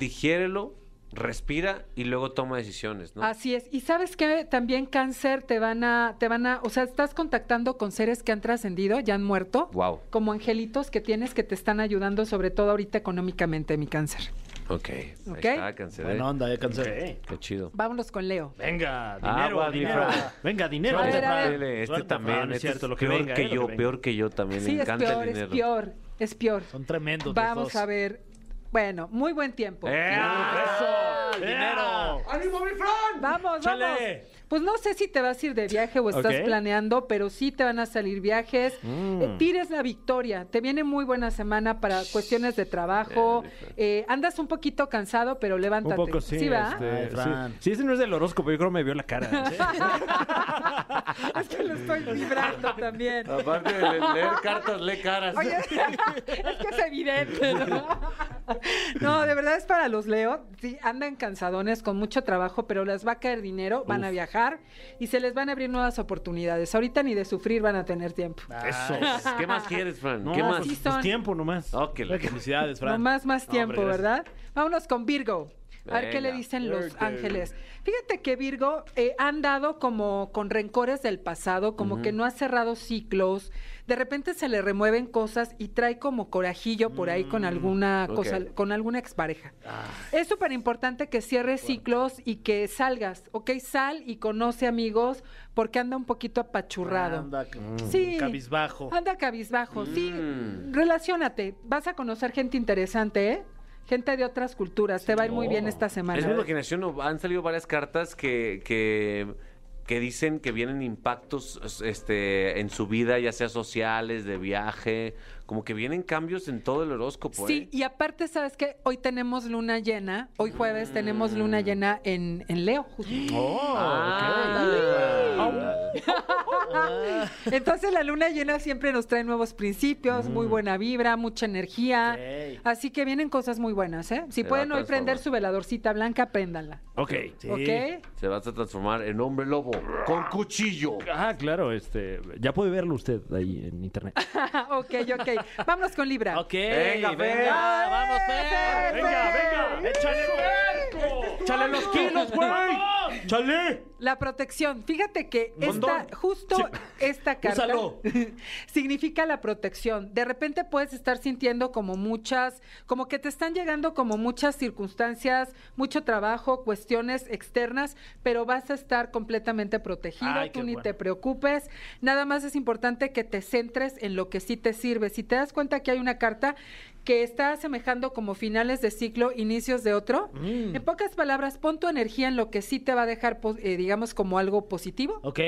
Speaker 2: digiérelo, respira y luego toma decisiones, ¿no?
Speaker 9: Así es. Y sabes que también cáncer te van a, te van a, o sea, estás contactando con seres que han trascendido, ya han muerto.
Speaker 2: Wow.
Speaker 9: Como angelitos que tienes que te están ayudando, sobre todo ahorita económicamente, mi cáncer.
Speaker 2: Ok. Ahí
Speaker 9: Ok.
Speaker 2: está, cáncer. ¿eh?
Speaker 3: Buena onda, eh, cáncer.
Speaker 2: Qué chido.
Speaker 9: Vámonos con Leo.
Speaker 4: Venga, dinero,
Speaker 2: Agua, mi
Speaker 4: dinero.
Speaker 2: Fran.
Speaker 4: Venga, dinero.
Speaker 9: A ver,
Speaker 4: Fran.
Speaker 9: a ver.
Speaker 2: Dile, este
Speaker 3: Suerte,
Speaker 2: también,
Speaker 3: Fran, es
Speaker 2: este
Speaker 3: cierto, lo que
Speaker 2: peor
Speaker 3: venga, eh,
Speaker 2: que
Speaker 3: lo
Speaker 2: yo,
Speaker 3: que venga.
Speaker 2: peor que yo también.
Speaker 9: sí,
Speaker 2: me
Speaker 9: es
Speaker 2: encanta
Speaker 9: peor,
Speaker 2: el
Speaker 9: es
Speaker 2: dinero.
Speaker 9: peor, es peor.
Speaker 3: Son tremendos. los
Speaker 9: Vamos
Speaker 3: dos.
Speaker 9: a ver. Bueno, muy buen tiempo.
Speaker 2: ¡Eh!
Speaker 4: ¡Eso! ¡Dinero!
Speaker 9: Vamos,
Speaker 3: ¡Chale!
Speaker 9: vamos. Pues no sé si te vas a ir de viaje o estás
Speaker 4: Ok.
Speaker 9: planeando, pero sí te van a salir viajes. Eh, tires la victoria. Te viene muy buena semana para cuestiones de trabajo. Eh, andas un poquito cansado, pero
Speaker 4: Un
Speaker 9: levántate.
Speaker 4: poco sí.
Speaker 9: va?
Speaker 4: este,
Speaker 3: Ay, Fran.
Speaker 4: sí. Sí, ese no es del horóscopo, yo creo que me vio la cara.
Speaker 9: *laughs*
Speaker 4: *laughs*
Speaker 9: es que lo estoy vibrando
Speaker 2: *laughs*
Speaker 9: también.
Speaker 2: Aparte de leer cartas, lee caras.
Speaker 9: Oye, es que es evidente, ¿no? No, de verdad es para los Leo. Sí, andan cansadones con mucho trabajo, pero les va a caer dinero, van a viajar y se les van a abrir nuevas oportunidades. Ahorita ni de sufrir van a tener tiempo.
Speaker 4: Eso.
Speaker 2: ¿Qué más quieres, Fran?
Speaker 4: No,
Speaker 2: ¿Qué más?
Speaker 9: sí.
Speaker 4: Pues, pues
Speaker 9: son?
Speaker 4: tiempo nomás.
Speaker 2: Ah, que
Speaker 3: *laughs*
Speaker 2: la-
Speaker 3: Felicidades,
Speaker 9: No
Speaker 3: Fran.
Speaker 9: más, más
Speaker 3: No,
Speaker 9: tiempo,
Speaker 3: hombre, gracias.
Speaker 9: ¿verdad? Vámonos con Virgo. A ver qué le
Speaker 2: Venga.
Speaker 9: dicen los
Speaker 3: Virgo.
Speaker 9: ángeles. Fíjate que Virgo eh, ha andado como con rencores del pasado, como que no ha cerrado ciclos. De repente se le remueven cosas y trae como corajillo por ahí
Speaker 3: Mm,
Speaker 9: con alguna
Speaker 2: ok.
Speaker 9: cosa, con alguna expareja.
Speaker 3: Ah.
Speaker 9: Es súper importante que cierres ciclos y que salgas, ¿ok? Sal y conoce amigos porque anda un poquito apachurrado.
Speaker 3: Anda,
Speaker 9: Sí.
Speaker 3: Cabizbajo.
Speaker 9: Anda cabizbajo, sí.
Speaker 2: Mm.
Speaker 9: Relaciónate. Vas a conocer gente interesante, ¿eh? Gente de otras culturas. Te va a ir muy bien esta semana.
Speaker 2: Es mi imaginación, ¿no? han salido varias cartas que, que, que dicen que vienen impactos este, en su vida, ya sea sociales, de viaje, como que vienen cambios en todo el horóscopo.
Speaker 9: Sí,
Speaker 2: ¿eh?
Speaker 9: y aparte, ¿sabes qué? Hoy tenemos luna llena. Hoy jueves tenemos luna
Speaker 2: Mm.
Speaker 9: llena en, en Leo. justo.
Speaker 2: *gasps*
Speaker 4: Oh,
Speaker 2: Ah.
Speaker 9: Entonces, la luna llena siempre nos trae nuevos principios,
Speaker 2: Mm.
Speaker 9: muy buena vibra, mucha energía.
Speaker 3: Ok.
Speaker 9: Así que vienen cosas muy buenas, ¿eh? Si
Speaker 2: Se va
Speaker 9: pueden
Speaker 2: a
Speaker 9: hoy prender
Speaker 2: transformar.
Speaker 9: su veladorcita blanca, préndanla.
Speaker 4: ok.
Speaker 3: Sí.
Speaker 9: ¿Ok? *laughs*
Speaker 2: Se va a transformar en hombre lobo con cuchillo.
Speaker 4: Ah, claro, este. Ya puede verlo usted ahí en internet.
Speaker 9: ok,
Speaker 2: *laughs*
Speaker 9: ok. Vámonos con Libra.
Speaker 3: Ok.
Speaker 2: Venga, Fer.
Speaker 3: Vamos,
Speaker 9: Fer,
Speaker 3: Fer.
Speaker 9: Fer.
Speaker 4: *laughs* ¡Échale ¡Échale los kilos, güey! ¡Chale!
Speaker 9: La protección. Fíjate que
Speaker 4: Condón.
Speaker 9: esta, justo
Speaker 3: *laughs*
Speaker 9: esta carta
Speaker 3: Úsalo.
Speaker 9: *laughs* significa la protección. De repente puedes estar sintiendo como muchas, como que te están llegando como muchas circunstancias, mucho trabajo, cuestiones externas, pero vas a estar completamente protegido.
Speaker 3: Ay,
Speaker 9: Tú
Speaker 3: qué
Speaker 9: ni
Speaker 3: bueno.
Speaker 9: te preocupes. Nada más es importante que te centres en lo que sí te sirve. Si te das cuenta que hay una carta que está asemejando como finales de ciclo, inicios de otro.
Speaker 3: Mm.
Speaker 9: En pocas palabras, pon tu energía en lo que sí te va a dejar, pos- eh, digamos, como algo positivo
Speaker 3: Ok.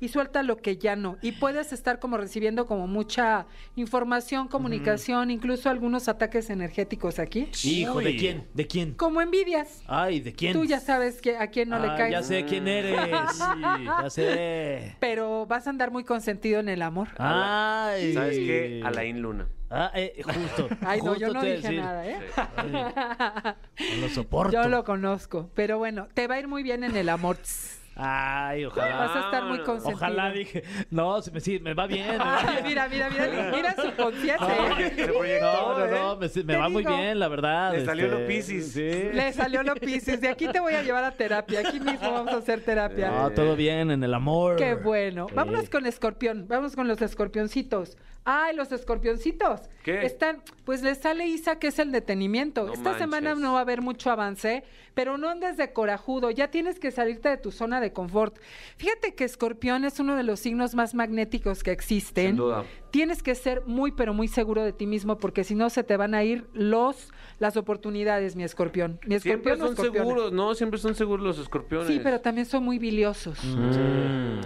Speaker 9: y suelta lo que ya no. Y puedes estar como recibiendo como mucha información, comunicación, incluso algunos ataques energéticos aquí.
Speaker 3: Hijo,
Speaker 4: Uy.
Speaker 3: ¿de quién? ¿De quién?
Speaker 9: Como envidias.
Speaker 3: Ay, ¿de quién?
Speaker 9: Tú ya sabes que a quién no le
Speaker 3: Ah,
Speaker 9: caes.
Speaker 3: Ya sé quién eres. Ya sé.
Speaker 9: Pero vas a andar muy consentido en el amor.
Speaker 3: Ay.
Speaker 2: ¿Sabes qué? Alain Luna.
Speaker 3: Ah, eh, justo.
Speaker 9: *laughs* Ay, no, yo
Speaker 3: justo
Speaker 9: no
Speaker 3: te iba a
Speaker 9: dije
Speaker 3: decir.
Speaker 9: nada, ¿eh?
Speaker 3: No lo soporto.
Speaker 9: *laughs* Yo lo conozco. Pero bueno, te va a ir muy bien en el amor. Tss.
Speaker 3: Ay,
Speaker 9: Vas a
Speaker 3: ojalá.
Speaker 9: estar muy consentido.
Speaker 3: Ojalá dije. No, sí, sí, me va bien. me va
Speaker 9: Ay,
Speaker 3: bien.
Speaker 9: mira, mira, mira, mira su conciencia. ¿eh?
Speaker 3: No, no, no,
Speaker 4: ¿eh?
Speaker 3: me, me
Speaker 9: Te
Speaker 3: va muy
Speaker 9: digo.
Speaker 3: bien, la verdad. este,
Speaker 2: Le salió lo Piscis.
Speaker 3: Sí.
Speaker 9: Le salió lo piscis. De aquí te voy a llevar a terapia. Aquí mismo vamos a hacer terapia.
Speaker 3: No, todo bien en el amor.
Speaker 9: Qué bueno.
Speaker 3: Ah. Sí.
Speaker 9: Vámonos con escorpión. Vámonos con los escorpioncitos. Ay, los escorpioncitos.
Speaker 2: ¿Qué?
Speaker 9: Están, pues les sale Isa, que es el detenimiento.
Speaker 2: No
Speaker 9: Esta semana
Speaker 2: manches.
Speaker 9: no va a haber mucho avance, pero no andes de corajudo. Ya tienes que salirte de tu zona de confort. Fíjate que escorpión es uno de los signos más magnéticos que existen.
Speaker 2: Sin duda.
Speaker 9: Tienes que ser muy, pero muy seguro de ti mismo, porque si no se te van a ir los, las oportunidades, mi escorpión. Mi
Speaker 2: Siempre
Speaker 9: escorpión o
Speaker 2: son
Speaker 9: escorpiona.
Speaker 2: seguros, ¿no? Siempre son seguros los escorpiones.
Speaker 9: Sí, pero también son muy biliosos.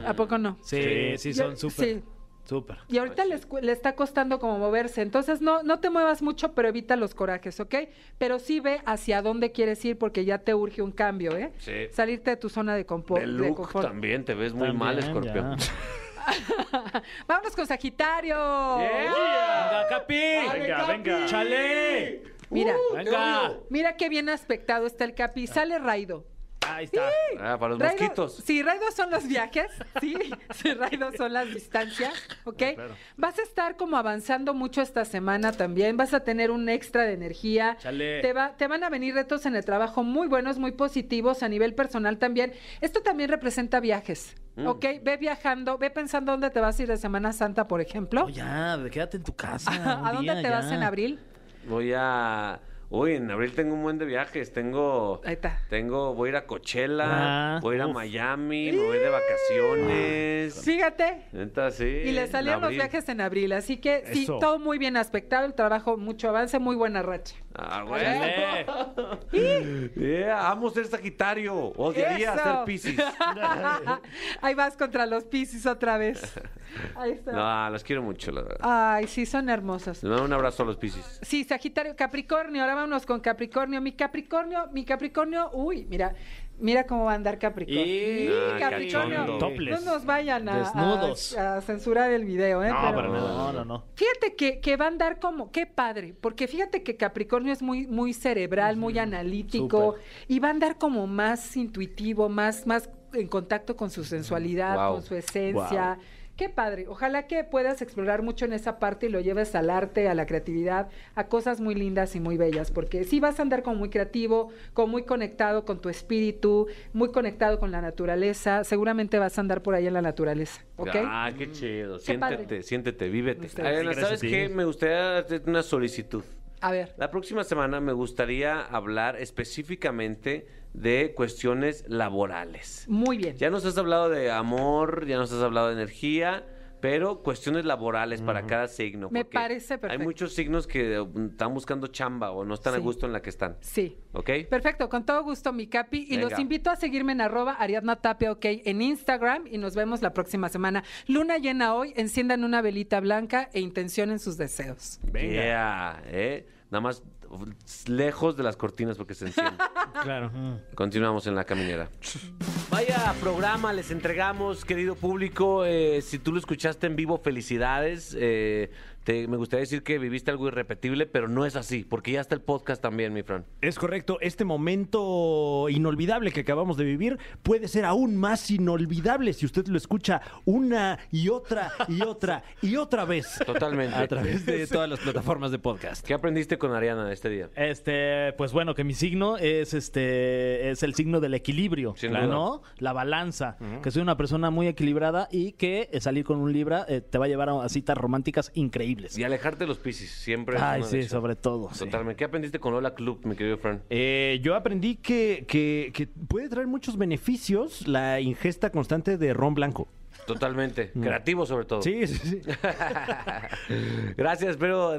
Speaker 9: ¿A poco no?
Speaker 3: Sí, sí, son
Speaker 9: Yo-
Speaker 3: súper.
Speaker 9: sí.
Speaker 3: Súper.
Speaker 9: Y ahorita
Speaker 2: Pues
Speaker 9: les cu- le está costando como moverse. Entonces, no, no te muevas mucho, pero evita los corajes, ¿ok? Pero sí ve hacia dónde quieres ir porque ya te urge un cambio, ¿eh?
Speaker 2: Sí.
Speaker 9: Salirte de tu zona de, compo-
Speaker 2: De
Speaker 9: de
Speaker 2: look
Speaker 9: confort.
Speaker 2: también te ves muy
Speaker 3: También,
Speaker 2: mal, escorpión.
Speaker 3: ya.
Speaker 9: Vámonos con Sagitario.
Speaker 3: Venga, Capi.
Speaker 4: Venga, venga.
Speaker 3: Chale.
Speaker 9: Mira,
Speaker 2: Uh.
Speaker 3: Venga.
Speaker 9: mira qué bien aspectado está el Capi. Sale Raido.
Speaker 3: Ahí está.
Speaker 2: Ah, para los
Speaker 9: Raido-
Speaker 2: mosquitos.
Speaker 9: Sí, raidos son los viajes, *laughs* sí, sí, raidos son las distancias, ¿ok? Vas a estar como avanzando mucho esta semana también, vas a tener un extra de energía,
Speaker 3: Chale.
Speaker 9: Te, va- te van a venir retos en el trabajo muy buenos, muy positivos a nivel personal también. Esto también representa viajes,
Speaker 2: Mm.
Speaker 9: ¿ok? Ve viajando, ve pensando dónde te vas a ir de Semana Santa, por ejemplo.
Speaker 3: No, ya, quédate en tu casa. ah, un
Speaker 9: *laughs* ¿A dónde
Speaker 3: día,
Speaker 9: te vas
Speaker 3: ya.
Speaker 9: en abril?
Speaker 2: Voy a. Uy, en abril tengo un buen de viajes. Tengo.
Speaker 9: Ahí está.
Speaker 2: Tengo. Voy a ir a Coachella.
Speaker 3: Ah,
Speaker 2: voy a ir a
Speaker 3: uf.
Speaker 2: Miami. Me voy de vacaciones.
Speaker 9: Fíjate,
Speaker 2: Neta, sí.
Speaker 9: Y le
Speaker 2: en
Speaker 9: salieron los
Speaker 2: abril.
Speaker 9: viajes en abril, así que sí,
Speaker 4: Eso.
Speaker 9: todo muy bien aspectado, el trabajo mucho avance, muy buena racha.
Speaker 2: Ah, güey.
Speaker 3: Chale.
Speaker 2: *laughs* Yeah, amo ser Sagitario. Odiaría
Speaker 9: *laughs* Eso.
Speaker 2: ser Piscis.
Speaker 9: Ahí vas contra los Piscis otra vez. Ahí está.
Speaker 2: No, los quiero mucho, la verdad.
Speaker 9: Ay, sí, son hermosos.
Speaker 2: Les mando un abrazo a los Piscis.
Speaker 9: Sí, Sagitario, Capricornio, ahora vámonos con Capricornio. Mi Capricornio, mi Capricornio, uy, mira, mira cómo va a andar Capricornio.
Speaker 3: Y-
Speaker 9: Sí,
Speaker 2: Ah,
Speaker 9: Capricornio,
Speaker 2: cachondo.
Speaker 9: no
Speaker 3: Topless.
Speaker 9: Pues nos vayan a, a-
Speaker 3: Desnudos.
Speaker 9: a censurar el video, ¿eh?
Speaker 4: No,
Speaker 9: Pero-
Speaker 4: para nada.
Speaker 3: No, no, no.
Speaker 9: Fíjate que, que va a andar como, qué padre, porque fíjate que Capricornio es muy, muy cerebral, muy analítico,
Speaker 3: súper.
Speaker 9: y va a andar como más intuitivo, más, más en contacto con su sensualidad,
Speaker 2: Guau.
Speaker 9: con su esencia. Qué padre, ojalá que puedas explorar mucho en esa parte y lo lleves al arte, a la creatividad, a cosas muy lindas y muy bellas, porque sí vas a andar como muy creativo, como muy conectado con tu espíritu, muy conectado con la naturaleza, seguramente vas a andar por ahí en la naturaleza, ¿ok?
Speaker 2: Ah, qué chido. siéntete,
Speaker 9: padre.
Speaker 2: siéntete, vívete.
Speaker 9: Ustedes.
Speaker 2: Adriana,
Speaker 4: Gracias
Speaker 2: ¿sabes
Speaker 4: a ti.
Speaker 2: qué? Me gustaría hacerte una solicitud.
Speaker 9: A ver.
Speaker 2: La próxima semana me gustaría hablar específicamente de cuestiones laborales.
Speaker 9: Muy bien.
Speaker 2: Ya nos has hablado de amor, ya nos has hablado de energía, pero cuestiones laborales para cada signo.
Speaker 9: Me
Speaker 2: porque
Speaker 9: parece perfecto.
Speaker 2: Hay muchos signos que um, están buscando chamba o no están a
Speaker 9: Sí.
Speaker 2: gusto en la que están.
Speaker 9: Sí.
Speaker 2: ¿Ok?
Speaker 9: Perfecto, con todo gusto, mi Capi. Y
Speaker 2: Venga.
Speaker 9: los invito a seguirme en arroba Ariadna Tapia, ok, en Instagram. Y nos vemos la próxima semana. Luna llena hoy, enciendan una velita blanca e intencionen sus deseos.
Speaker 4: Venga.
Speaker 2: Yeah, ¿eh? Nada más uh, lejos de las cortinas porque se
Speaker 9: *laughs*
Speaker 2: encienden.
Speaker 9: Ah.
Speaker 4: Claro.
Speaker 2: Continuamos en la caminera. Vaya programa les entregamos, querido público. Eh, si tú lo escuchaste en vivo, felicidades. Eh, te- me gustaría decir que viviste algo irrepetible, pero no es así, porque ya está el podcast también, mi Fran.
Speaker 4: Es correcto, este momento inolvidable que acabamos de vivir puede ser aún más inolvidable si usted lo escucha una y otra y otra y otra vez.
Speaker 2: Totalmente.
Speaker 4: *laughs* A través de todas las plataformas de podcast.
Speaker 2: ¿Qué aprendiste con Ariana este día?
Speaker 3: Este, pues bueno, que mi signo es este es el signo del equilibrio,
Speaker 2: Sin
Speaker 3: claro,
Speaker 2: duda.
Speaker 3: ¿no? La balanza, que soy una persona muy equilibrada y que eh, salir con un libra eh, te va a llevar a a citas románticas increíbles.
Speaker 2: Y alejarte de los piscis, siempre. es
Speaker 3: Ay,
Speaker 2: una
Speaker 3: sí,
Speaker 2: lección.
Speaker 3: sobre todo. sí.
Speaker 2: Totalmente. ¿Qué aprendiste con Lola Club, mi querido Fran?
Speaker 4: Eh, yo aprendí que, que- que puede traer muchos beneficios la ingesta constante de ron blanco.
Speaker 2: Totalmente. Creativo sobre todo.
Speaker 4: Mm. Sí, sí, sí.
Speaker 2: *laughs* Gracias, espero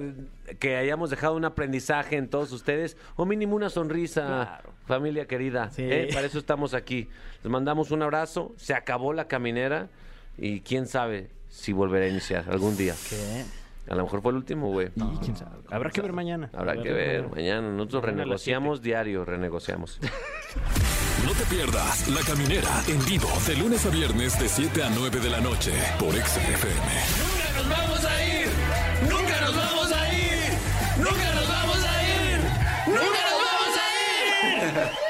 Speaker 2: que hayamos dejado un aprendizaje en todos ustedes o mínimo una sonrisa, familia querida.
Speaker 3: Sí.
Speaker 2: ¿eh? Para eso estamos aquí. Les mandamos un abrazo, se acabó la caminera y quién sabe si volverá a iniciar algún día.
Speaker 3: ¿Qué?
Speaker 2: A lo mejor fue el último, güey.
Speaker 4: Y quién sabe. Habrá que ver mañana.
Speaker 2: Habrá que ver, mañana nosotros
Speaker 4: Mañana a las
Speaker 2: renegociamos diario, renegociamos.
Speaker 1: No te pierdas La Caminera en vivo de lunes a viernes de 7 a 9 de la noche por XFM. Nunca nos vamos a ir. Nunca nos vamos a ir. Nunca nos vamos a ir. Nunca nos vamos a ir.